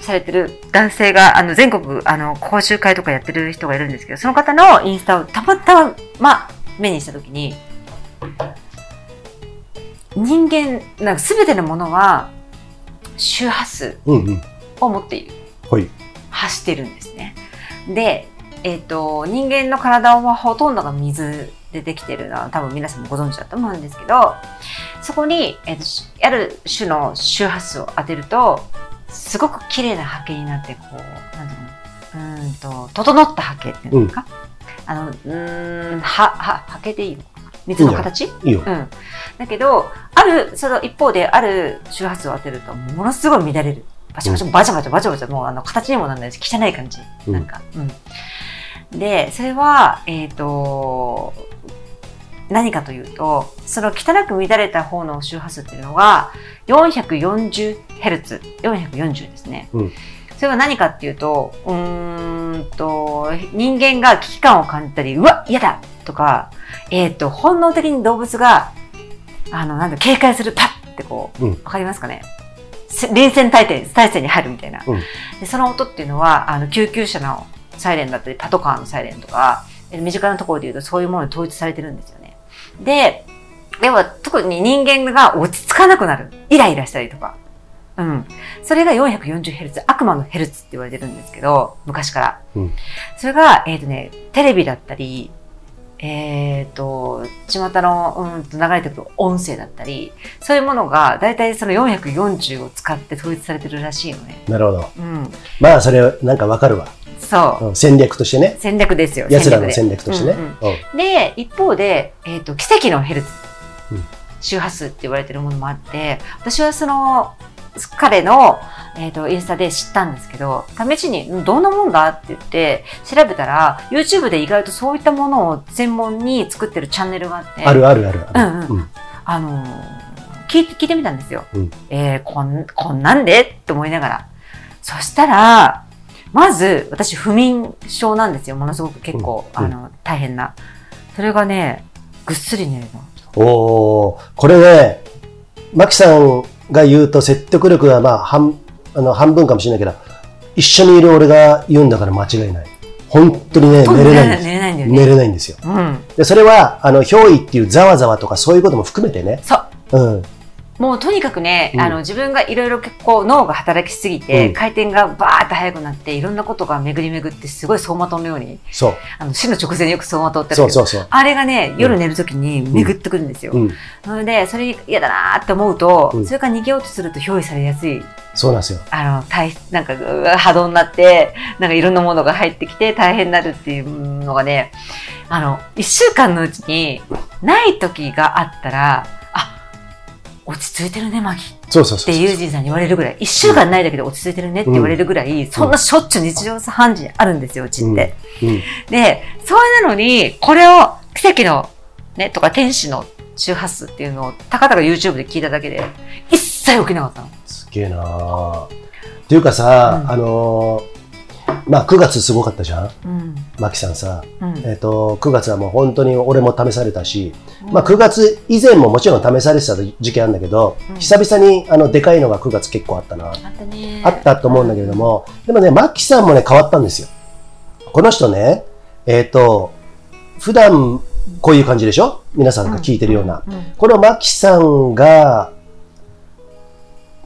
S1: されてる男性が、あの、全国、あの、講習会とかやってる人がいるんですけど、その方のインスタをたまたま、まあ、目にしたときに、人間、なんか全てのものは、周波数
S2: うん。うん。
S1: を持っている。
S2: はい。
S1: 発してるんですね。で、えっ、と、人間の体はほとんどが水でできてるのは多分皆さんもご存知だと思うんですけど、そこに、えーとしある種の周波数を当てると、すごく綺麗な波形になって、こう、なんていうのうーんと、整った波形っていうんですか、あの、うーん、は、は、波形でいいのかな水の形
S2: いいよ
S1: う。ん、だけどあるその一方である周波数を当てるとものすごい乱れるバチャバチャバチャバチャバチャバチャもうあの形にもなんないし汚い感じ、
S2: うん
S1: なんか、うん、でそれはえっ、と何かというとその汚く乱れた方の周波数っていうのが 440Hz440 ですね、
S2: うん
S1: それは何かっていうとうーんと人間が危機感を感じたりうわ嫌だとかえっ、と、本能的に動物が、あの、なんだ、警戒する、パッってこう、
S2: う
S1: わ、
S2: ん
S1: かりますかねせ臨戦態勢、態勢に入るみたいな、
S2: うん
S1: で。その音っていうのは、あの、救急車のサイレンだったり、パトカーのサイレンとか、え身近なところで言うとそういうものに統一されてるんですよね。で、要は特に人間が落ち着かなくなる。イライラしたりとか。うん。それが 440Hz、悪魔のヘルツって言われてるんですけど、昔から。
S2: うん
S1: それが、えっ、とね、テレビだったり、えっ、と、巷の、うんと流れてくる音声だったり、そういうものが、だいたいその440を使って統一されてるらしいよね。
S2: なるほど。
S1: うん。
S2: まあ、それ、なんかわかるわ。
S1: そう。
S2: うん戦略としてね。
S1: 戦略ですよ。
S2: 奴らの
S1: で
S2: 戦略としてね。
S1: うんうん
S2: うん
S1: で一方で、えー、と奇跡のヘルツ、
S2: うん
S1: 周波数って言われてるものもあって私はその彼の、えー、とインスタで知ったんですけど試しにんどんなもんだって言って調べたら YouTube で意外とそういったものを専門に作ってるチャンネルがあって
S2: あるあるあるある。
S1: うん
S2: うん
S1: あの聞いて聞いてみたんですよ、
S2: うん
S1: えーこんこんなんでって思いながらそしたらまず私不眠症なんですよものすごく結構、
S2: うん
S1: あの大変なそれがねぐっすり寝るの
S2: おお、これね、マキさんが言うと説得力がまあ半あの半分かもしれないけど、一緒にいる俺が言うんだから間違いない。本当にね、寝れないんです
S1: 寝れないんだよ
S2: 寝
S1: ね
S2: れないんですよ。
S1: うん
S2: で、それは、あの、憑依っていうざわざわとかそういうことも含めてね。
S1: そう
S2: うん。
S1: もうとにかくね、
S2: うん
S1: あの自分がいろいろ結構脳が働きすぎて、
S2: うん
S1: 回転がバーッと速くなっていろんなことが巡り巡ってすごい走馬灯のように
S2: そう。
S1: あの死の直前によく走馬灯ってあるけ
S2: そ
S1: ど
S2: うそうそう。
S1: あれがね夜寝るときに巡ってくるんですよ、
S2: うん。
S1: なので、それ嫌だなーって思うと、
S2: うん
S1: それから逃げようとすると憑依されやすい、
S2: そうなんですよ。
S1: あの、体、なんか、うー波動になって、なんかいろんなものが入ってきて大変になるっていうのがね、あの、一週間のうちにない時があったら、あ、落ち着いてるね、マギっ
S2: そうそうそ
S1: て
S2: う。
S1: ユージンさんに言われるぐらい、一週間ないだけで落ち着いてるねって言われるぐらい、そんなしょっちゅう日常茶飯事にあるんですよ、うちって。
S2: うん。
S1: で、それなのに、これを奇跡の、ね、とか天使の周波数っていうのを、たかたか YouTube で聞いただけで、一切起きなかったの。
S2: すげえなーっていうかさ、
S1: うん
S2: あのーまあ9月すごかったじゃん
S1: うん。
S2: マキさんさ。
S1: うん。
S2: えっと9月はもう本当に俺も試されたし、まあ、9月以前ももちろん試されてた時期あるんだけど、
S1: うん
S2: 久々にあのでかいのが9月結構あったな、
S1: あったね。
S2: あったと思うんだけれどもでもねマッキーさんもね変わったんですよこの人ねえっ、と普段こういう感じでしょ皆さんが聞いてるよう
S1: ん。
S2: な、
S1: ん
S2: このマッキーさんが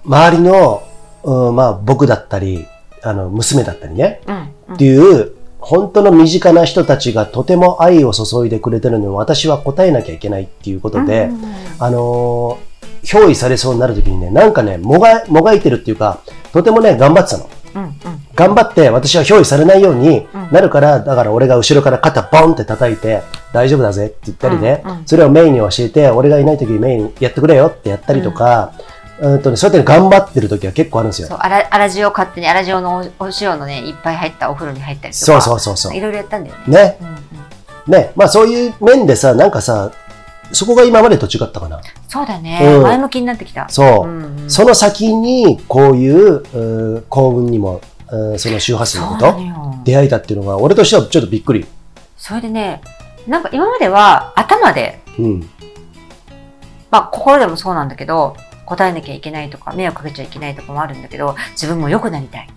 S2: 周りの、うんまあ、僕だったりあの娘だったりね、
S1: うん。うん
S2: っていう、本当の身近な人たちがとても愛を注いでくれてるのに、私は答えなきゃいけないっていうことで、
S1: うん
S2: あのー憑依されそうになるときにね、なんかね、もが、もがいてるっていうか、とてもね、頑張ってたの。
S1: うんうん。
S2: 頑張って、私は憑依されないように
S1: うん
S2: なるから、だから俺が後ろから肩ボンって叩いて、大丈夫だぜって言ったりね、
S1: うんうん
S2: それをメインに教えて、俺がいないときにメインやってくれよってやったりとか、うんとね、そうやってね頑張ってるときは結構あるんですよ
S1: そ。う、あら、あらじを勝手に、あらじをのおお塩のね、いっぱい入ったお風呂に入ったりとか。
S2: そうそうそうそう
S1: い。ろいろやったんだよね。
S2: ね。
S1: うんうん。
S2: ね、まあそういう面でさ、なんかさ、そこが今までと違ったかな。
S1: そうだね
S2: う。ん
S1: 前向きになってきた。
S2: そう。
S1: んん
S2: その先に、こういううー幸運にも、うーその周波数
S1: そう
S2: のこ
S1: なの
S2: と、
S1: よ。
S2: 出会えたっていうのが、俺としてはちょっとびっくり。
S1: それでね、なんか今までは頭で
S2: うん。
S1: まあ、心でもそうなんだけど、答えなきゃいけないとか、迷惑かけちゃいけないとかもあるんだけど、自分も良くなりたい。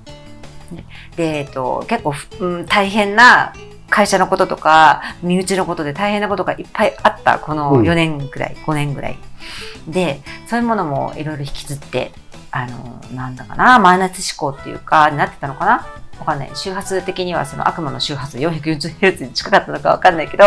S1: ねで、えっと、結構ふ、うん、大変な会社のこととか、身内のことで大変なことがいっぱいあった、こ
S2: う
S1: の
S2: ん
S1: 4年くらい、5年くらい。で、そういうものもいろいろ引きずって、あの、なんだかな、マイナス思考っていうか、になってたのかなわかんない。周波数的にはその悪魔の周波数 440Hz に近かったのかわかんないけど、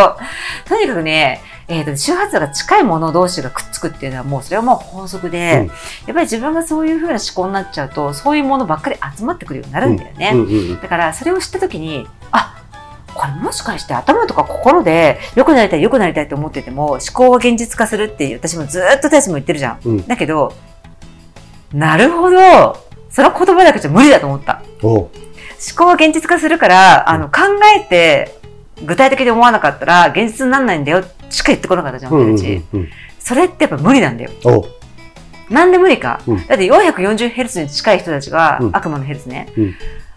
S1: とにかくね、えーと周波数が近いもの同士がくっつくっていうのはもうそれはもう法則で、
S2: うん
S1: やっぱり自分がそういうふうな思考になっちゃうとそういうものばっかり集まってくるようになるんだよね、
S2: うんうんうん
S1: だからそれを知った時にあここれもしかして頭とか心で良くなりたい良くなりたいと思ってても思考が現実化するっていう私もずーっと大志も言ってるじゃん、
S2: うん
S1: だけどなるほどその言葉だけじゃ無理だと思った
S2: おう
S1: 思考は現実化するからあの考えて具体的に思わなかったら現実にならないんだよしか言ってこなかったじゃん
S2: うんうん
S1: 私
S2: う
S1: たち、
S2: んうん
S1: それってやっぱ無理なんだよ
S2: おう
S1: なんで無理か、
S2: うん
S1: だって 440Hz に近い人たちが、
S2: うん
S1: 悪魔のヘルツね、
S2: うん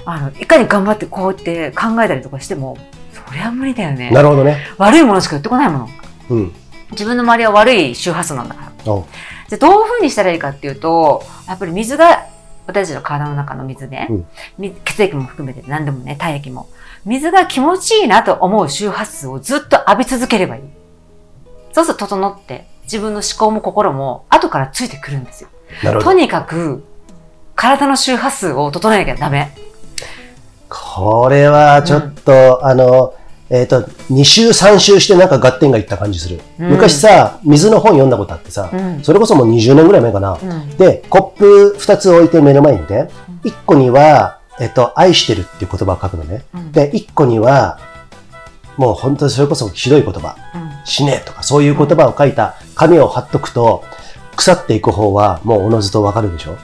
S1: あのいかに頑張ってこうやって考えたりとかしてもそりゃ無理だよね
S2: なるほどね。
S1: 悪いものしか言ってこないもの
S2: うん。
S1: 自分の周りは悪い周波数なんだから
S2: おう
S1: じゃあどういうふうにしたらいいかっていうとやっぱり水が私たちの体の中の水ね、
S2: うん
S1: み血液も含めて何でもね体液も水が気持ちいいなと思う周波数をずっと浴び続ければいいそうすると整って自分の思考も心も後からついてくるんですよ
S2: なるほ
S1: と
S2: ど。
S1: にかく、体の周波数を整えなきゃダメ。
S2: これはちょっと、あの、えっ、と、2週3週してなんか合点がいった感じする。
S1: うん
S2: 昔さ、水の本読んだことあってさ、
S1: うん。
S2: それこそもう20年ぐらい前かな。
S1: うん。
S2: で、コップ2つ置いて目の前にね、1個には、えっ、と、愛してるっていう言葉を書くのね。
S1: うん。
S2: で、1個には、もう本当にそれこそひどい言葉、死ねとかそういう言葉を書いた紙を貼っとくと、腐っていく方はもうおのずとわかるでしょ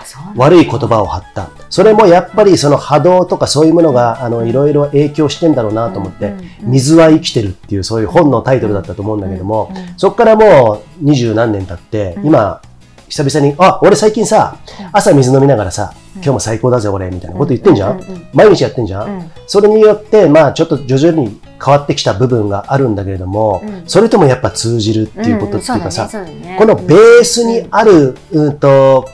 S1: あ、そうなんだ
S2: 悪い言葉を貼った。それもやっぱりその波動とかそういうものが、あの、いろいろ影響してんだろうなと思って、
S1: うん
S2: 水は生きてるっていうそういう本のタイトルだったと思うんだけども、
S1: うん
S2: そこからもう二十何年経って、
S1: うん
S2: 今、久々に、あ、俺最近さ
S1: うん、
S2: 朝水飲みながらさ、
S1: うん
S2: 今日も最高だぜ俺、みたいなこと言ってんじゃ
S1: うんんうん
S2: 毎日やってんじゃ
S1: うんん
S2: それによって、まあちょっと徐々に変わってきた部分があるんだけれども
S1: う、ん
S2: それともやっぱ通じるっていうことっていうかさ、このベースにある、うんと、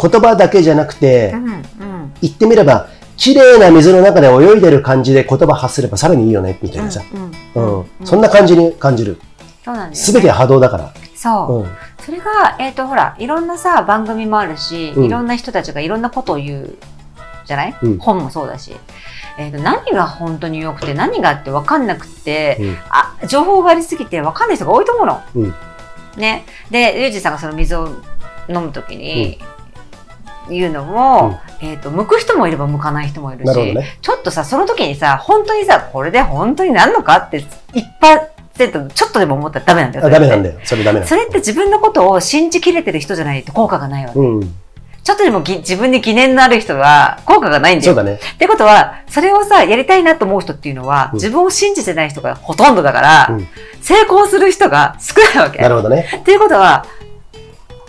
S2: 言葉だけじゃなくて
S1: う、んうん
S2: 言ってみれば、綺麗な水の中で泳いでる感じで言葉発すればさらにいいよね、みたいなさ。
S1: う
S2: うん
S1: うん
S2: ん。
S1: う
S2: そんな感じに感じる。
S1: そうなんです
S2: すべては波動だか
S1: そ
S2: ら。
S1: う、
S2: うん。
S1: それがえっ、とほらいろんなさ番組もあるし、
S2: うん
S1: いろんな人たちがいろんなことを言うじゃない、
S2: うん
S1: 本もそうだし、えー、と何が本当に良くて何がって分かんなくて、
S2: うん
S1: あ情報がありすぎて分かんない人が多いと思うの。
S2: うん
S1: ね、でユージさんがその水を飲む時に、言うのも、えっ、と、向く人もいれば向かない人もいる
S2: なるほ
S1: し、
S2: どね。
S1: ちょっとさ、その時にさ、本当にさ、これで本当になんのかって、1%ちょっとでも思ったらダメなんだよ。
S2: あ、ダメなん
S1: よ。
S2: だよ。それダメなんだ
S1: そ
S2: よ
S1: れって、自分のことを信じきれてる人じゃないと効果がないわけ。
S2: うん。
S1: ちょっとでもぎ自分に疑念のある人は効果がないんだ
S2: そ
S1: よ
S2: う。だね。
S1: ってことは、それをさ、やりたいなと思う人っていうのは、
S2: うん
S1: 自分を信じてない人がほとんどだから、
S2: うん
S1: 成功する人が少ないわけ。
S2: なるほどね。
S1: っていうことは、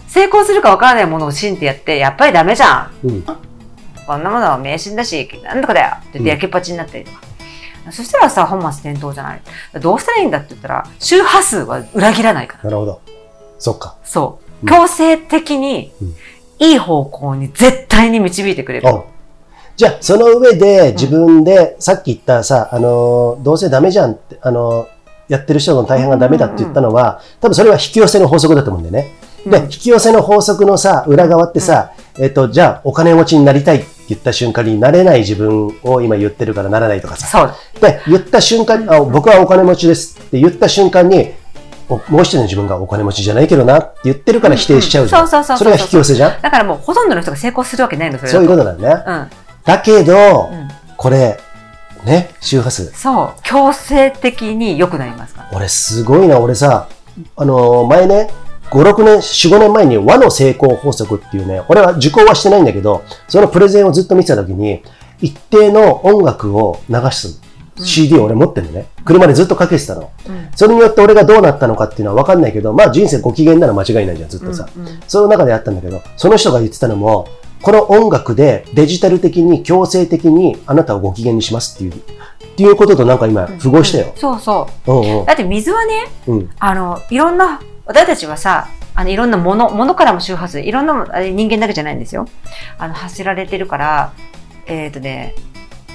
S1: 成功するかわからないものを信じてやって、やっぱりダメじゃん。
S2: うん。
S1: こんなものは迷信だし、なんとかだよって言って
S2: うん
S1: 焼けっぱちになったりとか。そしたらさ、本末転倒じゃない。どうしたらいいんだって言ったら、周波数は裏切らないから。
S2: なるほど。そっか。
S1: そう。
S2: うん
S1: 強制的に
S2: うん、
S1: いい方向に絶対に導いてくれる。
S2: おじゃあ、その上で自分で、さっき言ったさ、あのー、どうせダメじゃんって、あのー、やってる人の大半がダメだって言ったのは、多分それは引き寄せの法則だと思うんだよね。で、
S1: うん
S2: 引き寄せの法則のさ、裏側ってさ、えっ、と、じゃあ、お金持ちになりたいって言った瞬間になれない自分を今言ってるからならないとかさ。
S1: そう。
S2: で、言った瞬間に、あ、僕はお金持ちですって言った瞬間に、おもう一人の自分がお金持ちじゃないけどなって言ってるから否定しちゃうじゃ。
S1: うんんそうそうそうそう
S2: れが引き寄せじゃん
S1: だからもうほとんどの人が成功するわけないの、それだ
S2: そういうことだよね。だけど、
S1: うん。うん。
S2: これ、ね、周波数。
S1: そう。強制的に良くなりますから。
S2: 俺すごいな、俺さ、あのー前ね、5、6年、4、5年前に和の成功法則っていうね、俺は受講はしてないんだけど、そのプレゼンをずっと見てた時に、一定の音楽を流す
S1: うん
S2: CD を俺持ってるのね。車でずっとかけてたの。
S1: うん。
S2: それによって俺がどうなったのかっていうのは分かんないけど、まあ人生ご機嫌なの間違いないじゃん、ずっとさ。
S1: うんうん
S2: その中であったんだけど、その人が言ってたのも、この音楽でデジタル的に強制的にあなたをご機嫌にしますっていう、っていうこととなんか今符合したよ
S1: うん。そうそう。
S2: うんうん。
S1: だって水はね、
S2: うん。
S1: あの、いろんな、私たちはさ、あの、いろんなもの、ものからも周波数、いろんなもの、あれ人間だけじゃないんですよ。あの、発せられてるから、えっ、とね、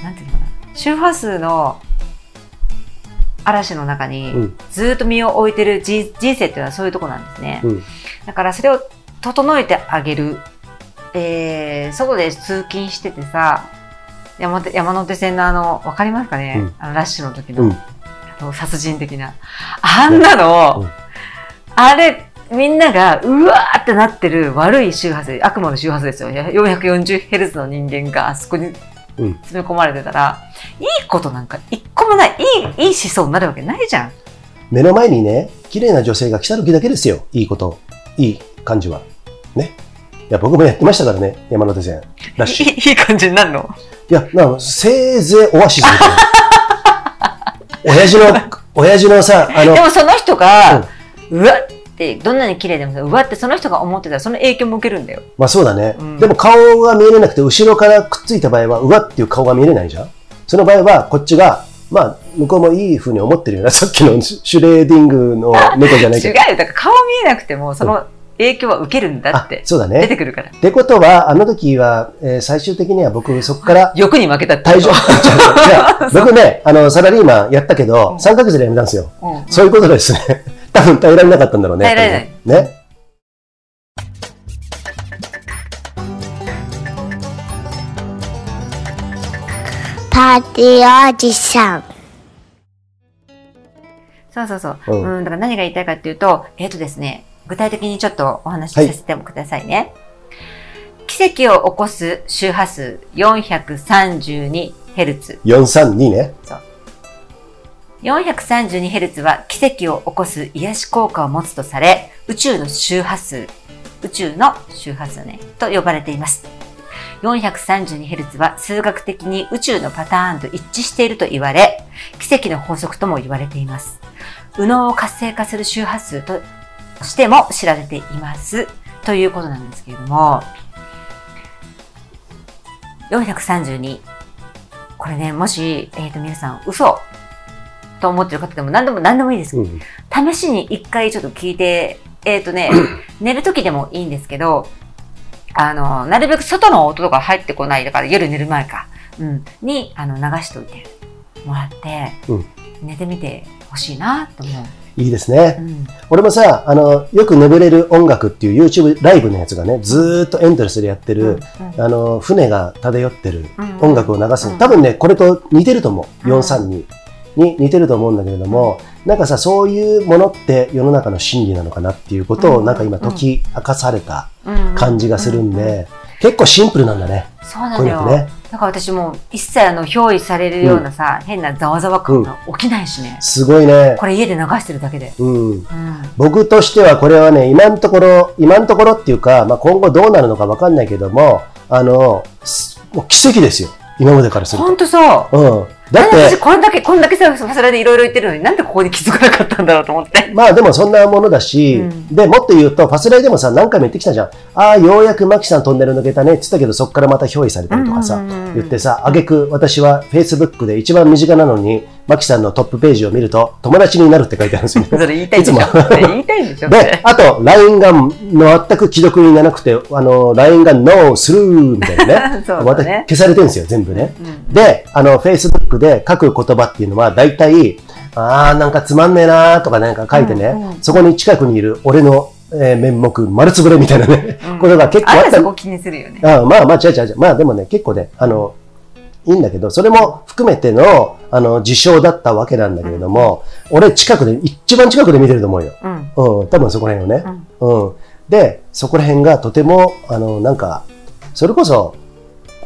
S1: なんていうのかな。周波数の嵐の中
S2: う
S1: に
S2: ん、
S1: ずーっと身を置いてる人人生っていうのはそういうとこなんですね。
S2: うん
S1: だから、それを整えてあげる。えー、外で通勤しててさ、山手山手線のあの、わかりますかね、
S2: うん
S1: あのラッシュの時の、
S2: うん
S1: あの殺人的な。あんなの、
S2: うん
S1: あれ、みんなが、うわーってなってる悪い周波数、悪魔の周波数ですよ。440Hz の人間があそこに
S2: うん
S1: 詰め込まれてたら、いいことなんか一個もない、いい、いい思想になるわけないじゃん。
S2: 目の前にね、綺麗な女性が来た時だけですよ。いいこと、いい感じは。ね。いや、僕もやってましたからね、山手線。ラッシュ。い
S1: い いいい感じになるの
S2: や、なんかせいぜいオアシスみ たいな。親父の、親父のさ、あの
S1: で、もその人が、うわって、どんなに綺麗でもさ、うわってその人が思ってたら、その影響も受けるんだよ。
S2: まあそうだね、
S1: うん
S2: でも顔が見えれなくて、後ろからくっついた場合は、うわっていう顔が見えれないじゃん。その場合は、こっちが、まあ、向こうもいい風に思ってるような、さっきのシュレーディングの猫じゃない
S1: 違
S2: け
S1: うよ。だ
S2: ど。
S1: から顔見えなくても、その影響は受けるんだ
S2: あ
S1: って、
S2: そうだ
S1: 出
S2: ね。
S1: てくるから。
S2: ってことは、あの時は、えー最終的には僕、そこ から
S1: 欲に負けたって
S2: 退
S1: こと
S2: 場。い や僕ね、あの、サラリーマンやったけど、3ヶ月で辞めたんですよ。
S1: うん
S2: そういうことですね。 多分耐えられなかったんだろうね。
S1: 耐えられない
S2: ない。ね。
S4: パーティーおじさん。
S1: そうそうそう。
S2: う
S1: うんん、だから何が言いたいかっていうと、えっ、とですね、具体的にちょっとお話しさせてもくださいね。奇跡を起こす周波数 432Hz。
S2: 432ね。
S1: 432Hz は奇跡を起こす癒し効果を持つとされ、宇宙の周波数、宇宙の周波数ね、と呼ばれています。432Hz は数学的に宇宙のパターンと一致していると言われ、奇跡の法則とも言われています。右脳を活性化する周波数としても知られています。ということなんですけれども、432。これね、もし、えっ、と、皆さん、嘘と思ってる方でも何でも何でもいいです。
S2: うん。
S1: 試しに一回ちょっと聞いて、えっ、と ね、寝る時でもいいんですけど、あの、なるべく外の音とか入ってこない、だから夜寝る前か、うん、に、あの、流しておいてもらって、
S2: うん
S1: 寝てみてほしいなと思う。
S2: いいですね
S1: う。ん。
S2: 俺もさ、あの、よく眠れる音楽っていう YouTube ライブのやつがね、ずーっとエントレスでやってる、あの、船が漂ってる
S1: うん
S2: 音楽を流す。
S1: うん
S2: 多分ね、これと似てると思う。
S1: うん
S2: 432に似てると思うんだけれども、なんかさ、そういうものって世の中の真理なのかなっていうことを、
S1: うん
S2: なんか今解き明かされた
S1: うん
S2: 感じがする
S1: う
S2: ん
S1: うう
S2: で、結構シンプルなんだね。
S1: そうな
S2: こう
S1: の
S2: いうの
S1: よ。
S2: ってね。
S1: だから私もう一切あの、憑依されるようなさ、変なざわざわ感が起きないしね。
S2: すごいね。
S1: これ家で流してるだけで。
S2: うん。
S1: うん。
S2: 僕としてはこれはね、今のところ、今のところっていうか、まあ、今後どうなるのかわかんないけども、あの、すもう奇跡ですよ。今までからする
S1: ほんとそう。
S2: と。うん。だっ
S1: なんで私
S2: て、
S1: こんだけ、こんだけさ、それでいろいろ言ってるのに、なんでここに気づかなかったんだろうと思 って。
S2: まあでもそんなものだし、
S1: うん
S2: で、もっと言うと、ファスライでもさ、何回も言ってきたじゃん。ああ、ようやくマキさんトンネル抜けたねって言ったけど、そこからまた憑依されたりとかさ、
S1: うんうんうんうん
S2: 言ってさ、あげく私は Facebook で一番身近なのに、マキさんのトップページを見ると、友達になるって書いてあるんですよ。
S1: それ言いたいんでしょ
S2: いつも
S1: それ言いたいんでしょそ
S2: で
S1: れ、
S2: あと、LINE が全く既読にならなくて、あの、LINE が NO スルーみたいな ね。
S1: そうだね
S2: また消されてるんですよ、全部ね。
S1: うん
S2: で、あの、Facebook で書く言葉っていうのは、大体、あー、なんかつまんねえなーとかなんか書いてね、
S1: うんうん
S2: そこに近くにいる俺の、えー面目、丸つぶれみたいなね、
S1: うん
S2: ことが結構
S1: あ
S2: あ
S1: れ
S2: った
S1: そ
S2: り
S1: こ気にするよね。
S2: あまあまあ、違う違う違う。まあでもね、結構ね、あの、いいんだけど、それも含めての、あの、事象だったわけなんだけれども、俺近くで、一番近くで見てると思うよ。
S1: うん。
S2: うん、多分そこら辺をね。うん。で、そこら辺がとても、あの、なんか、それこそ、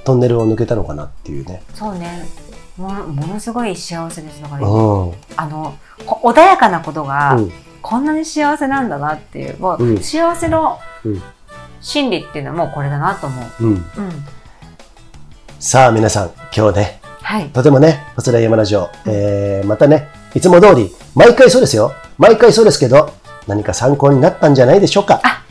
S2: トンネルを抜けたのかなっていうね。
S1: そうね。ものものすごい幸せです。だか
S2: う
S1: ら、
S2: ん。うん。
S1: あの、こ穏やかなことが、こんなに幸せなんだなっていう、もう、
S2: うん
S1: 幸せの
S2: うん
S1: 心理っていうのはもうこれだなと思
S2: うん。
S1: う。うん。
S2: さあ、皆さん、今日ね、
S1: はい。
S2: とてもね、こちら山ラジオ、えー、またね、いつも通り、毎回そうですよ。毎回そうですけど、何か参考になったんじゃないでしょうか。
S1: あ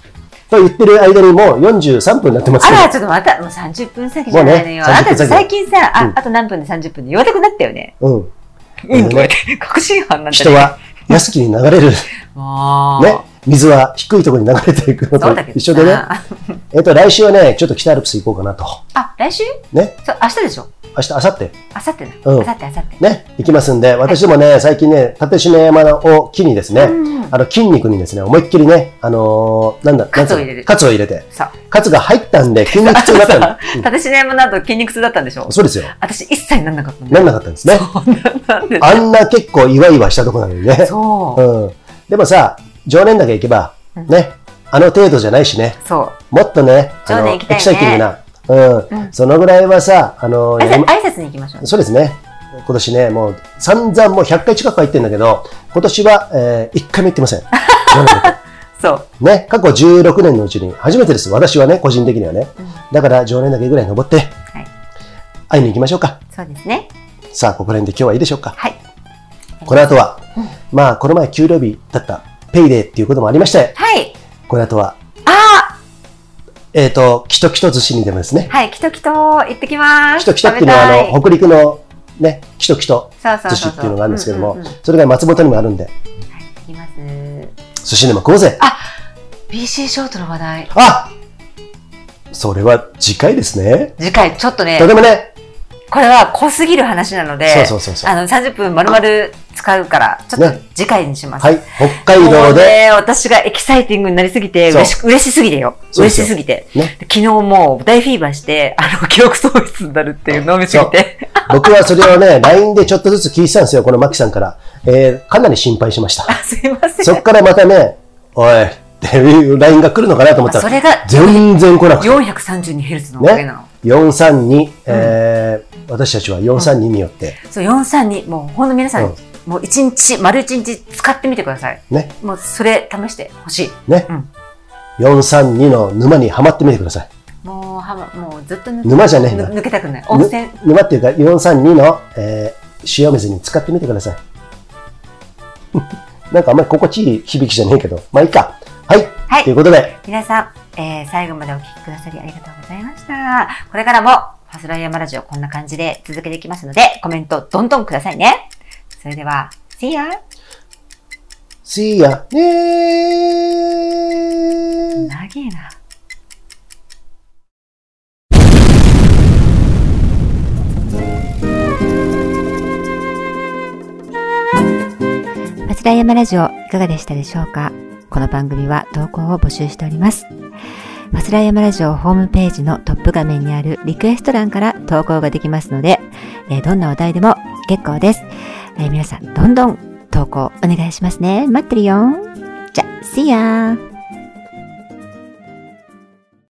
S2: と言ってる間にもう43分になってます
S1: あ
S2: けど
S1: ら、ちょっとまた、もう30分先じゃないのよ。
S2: もうね
S1: あなた
S2: 30
S1: 最近さ、
S2: う
S1: あ
S2: ん
S1: あと何分で30分で言わなくなったよね。
S2: うん。
S1: うん、
S2: あ
S1: こ
S2: の
S1: れ
S2: ね
S1: 確信犯なんだね
S2: 人は安きに流れる、
S1: もう
S2: ね、水は低いところに流れていくの
S1: そ
S2: と
S1: うだけど
S2: 一緒でね。
S1: さ
S2: えっと、来週はね、ちょっと北アルプス行こうかなと。
S1: あ、来週
S2: ね、
S1: そう、明日でしょ
S2: 明日、明後日
S1: 明後日だ。
S2: うん
S1: 明後日、明後日。
S2: ね、行きますんで、私もね、最近ね、立石の山を機にですね、
S1: うん
S2: あの筋肉にですね、思いっきりね、あのーなんだ、
S1: カツを入れる
S2: カツを入れて、
S1: さ
S2: カツが入った んで筋肉痛だったん
S1: あ、
S2: うん
S1: 立ち山の後筋肉痛だったんでしょ
S2: そうですよ。
S1: 私一切なんなかったんだ
S2: な
S1: よ
S2: んなかったんですね。
S1: なんで
S2: あんな結構イワイワしたとこなのにね。
S1: そう。
S2: うん。でもさ、常年だけ行けば、
S1: うん
S2: ね、あの程度じゃないしね、
S1: そう。
S2: もっとね、あ
S1: 常
S2: の、
S1: 年行きたいね
S2: エキサイティングな、うん。
S1: うん
S2: そのぐらいはさ、あの、
S1: 挨
S2: やり
S1: 拶
S2: ま
S1: 挨拶に行きましょう。
S2: そうですね。今年ね、もう散々もう100回近くは行ってんだけど、今年は、え1回も行ってません。 なるほど
S1: そう。
S2: ね、過去16年のうちに初めてです。私はね、個人的にはね。
S1: うん
S2: だから常連岳ぐらい登って、
S1: い
S2: 会いに行きましょうか。
S1: そうですね。
S2: さあ、ここら辺で今日はいいでしょうか。
S1: はい。
S2: この後は、まあ、この前給料日だったペイデーっていうこともありまして、
S1: はい。
S2: この後は、
S1: あ
S2: えっ、ー、と、きときと寿司にでもですね
S1: ー、はい。きときと行ってきます。
S2: きときとっていうの
S1: 食べた
S2: は、あの、北陸のね、きときと
S1: そうそう
S2: 寿
S1: そ
S2: 司
S1: うそう
S2: っていうのがあるんですけど
S1: う
S2: も
S1: んうんうん、
S2: それが松本にもあるんで、
S1: はい。行きます。
S2: 寿司でも食おうぜ。
S1: BC ショートの話題。
S2: あそれは次回ですね。
S1: 次回、ちょっとね
S2: と、てもね、
S1: これは濃すぎる話なので、
S2: そうそうそうそう。
S1: あの、30分丸々使うから、ちょっと
S2: ね
S1: 次回にします。
S2: はい、北海
S1: も
S2: 道
S1: う
S2: で、
S1: ね、私がエキサイティングになりすぎて、
S2: そう
S1: 嬉し嬉しすぎてよ。
S2: そうで
S1: 嬉
S2: すよ
S1: しすぎて。
S2: ね
S1: 昨日もう大フィーバーして、あの、記憶喪失になるっていう飲みすぎて。
S2: 僕はそれをね、LINE でちょっとずつ聞いてたんですよ、このマキさんから。えー、かなり心配しました。
S1: あすいません。
S2: そっからまたね、おい、っていう LINE が来るのかなと思った
S1: そ
S2: ら、
S1: れが
S2: 全然来なくて。
S1: 432Hz のおかげなの。
S2: 432、えー私たちは432によって、
S1: そう、432。もう、ほんと皆さん、
S2: うん
S1: もう一日、丸一日使ってみてください。
S2: ね、
S1: もう、それ試してほしい。
S2: ね、
S1: うん
S2: 432の沼にはまってみてください。
S1: もう、はま、もうずっと抜け
S2: 沼じゃねえんだ
S1: ぬ抜けたくない。温泉
S2: ぬ。沼っていうか、432の、えー塩水に使ってみてくださ い。なんかあんまり心地いい響きじゃねえけど、まあいいか。はい。
S1: はい
S2: ということで、
S1: 皆さん、えー最後までお聞きくださりありがとうございました。これからも、ファスライヤマラジオこんな感じで続けていきますので、コメントどんどんくださいね。それでは、See ya!
S2: See ya! ね
S1: 長え
S2: ー
S1: な。松田山ラジオいかがでしたでしょうかこの番組は投稿を募集しております。松田山ラジオホームページのトップ画面にあるリクエスト欄から投稿ができますので、えーどんなお題でも結構です。えー皆さん、どんどん投稿お願いしますね。待ってるよ。じゃ、See ya!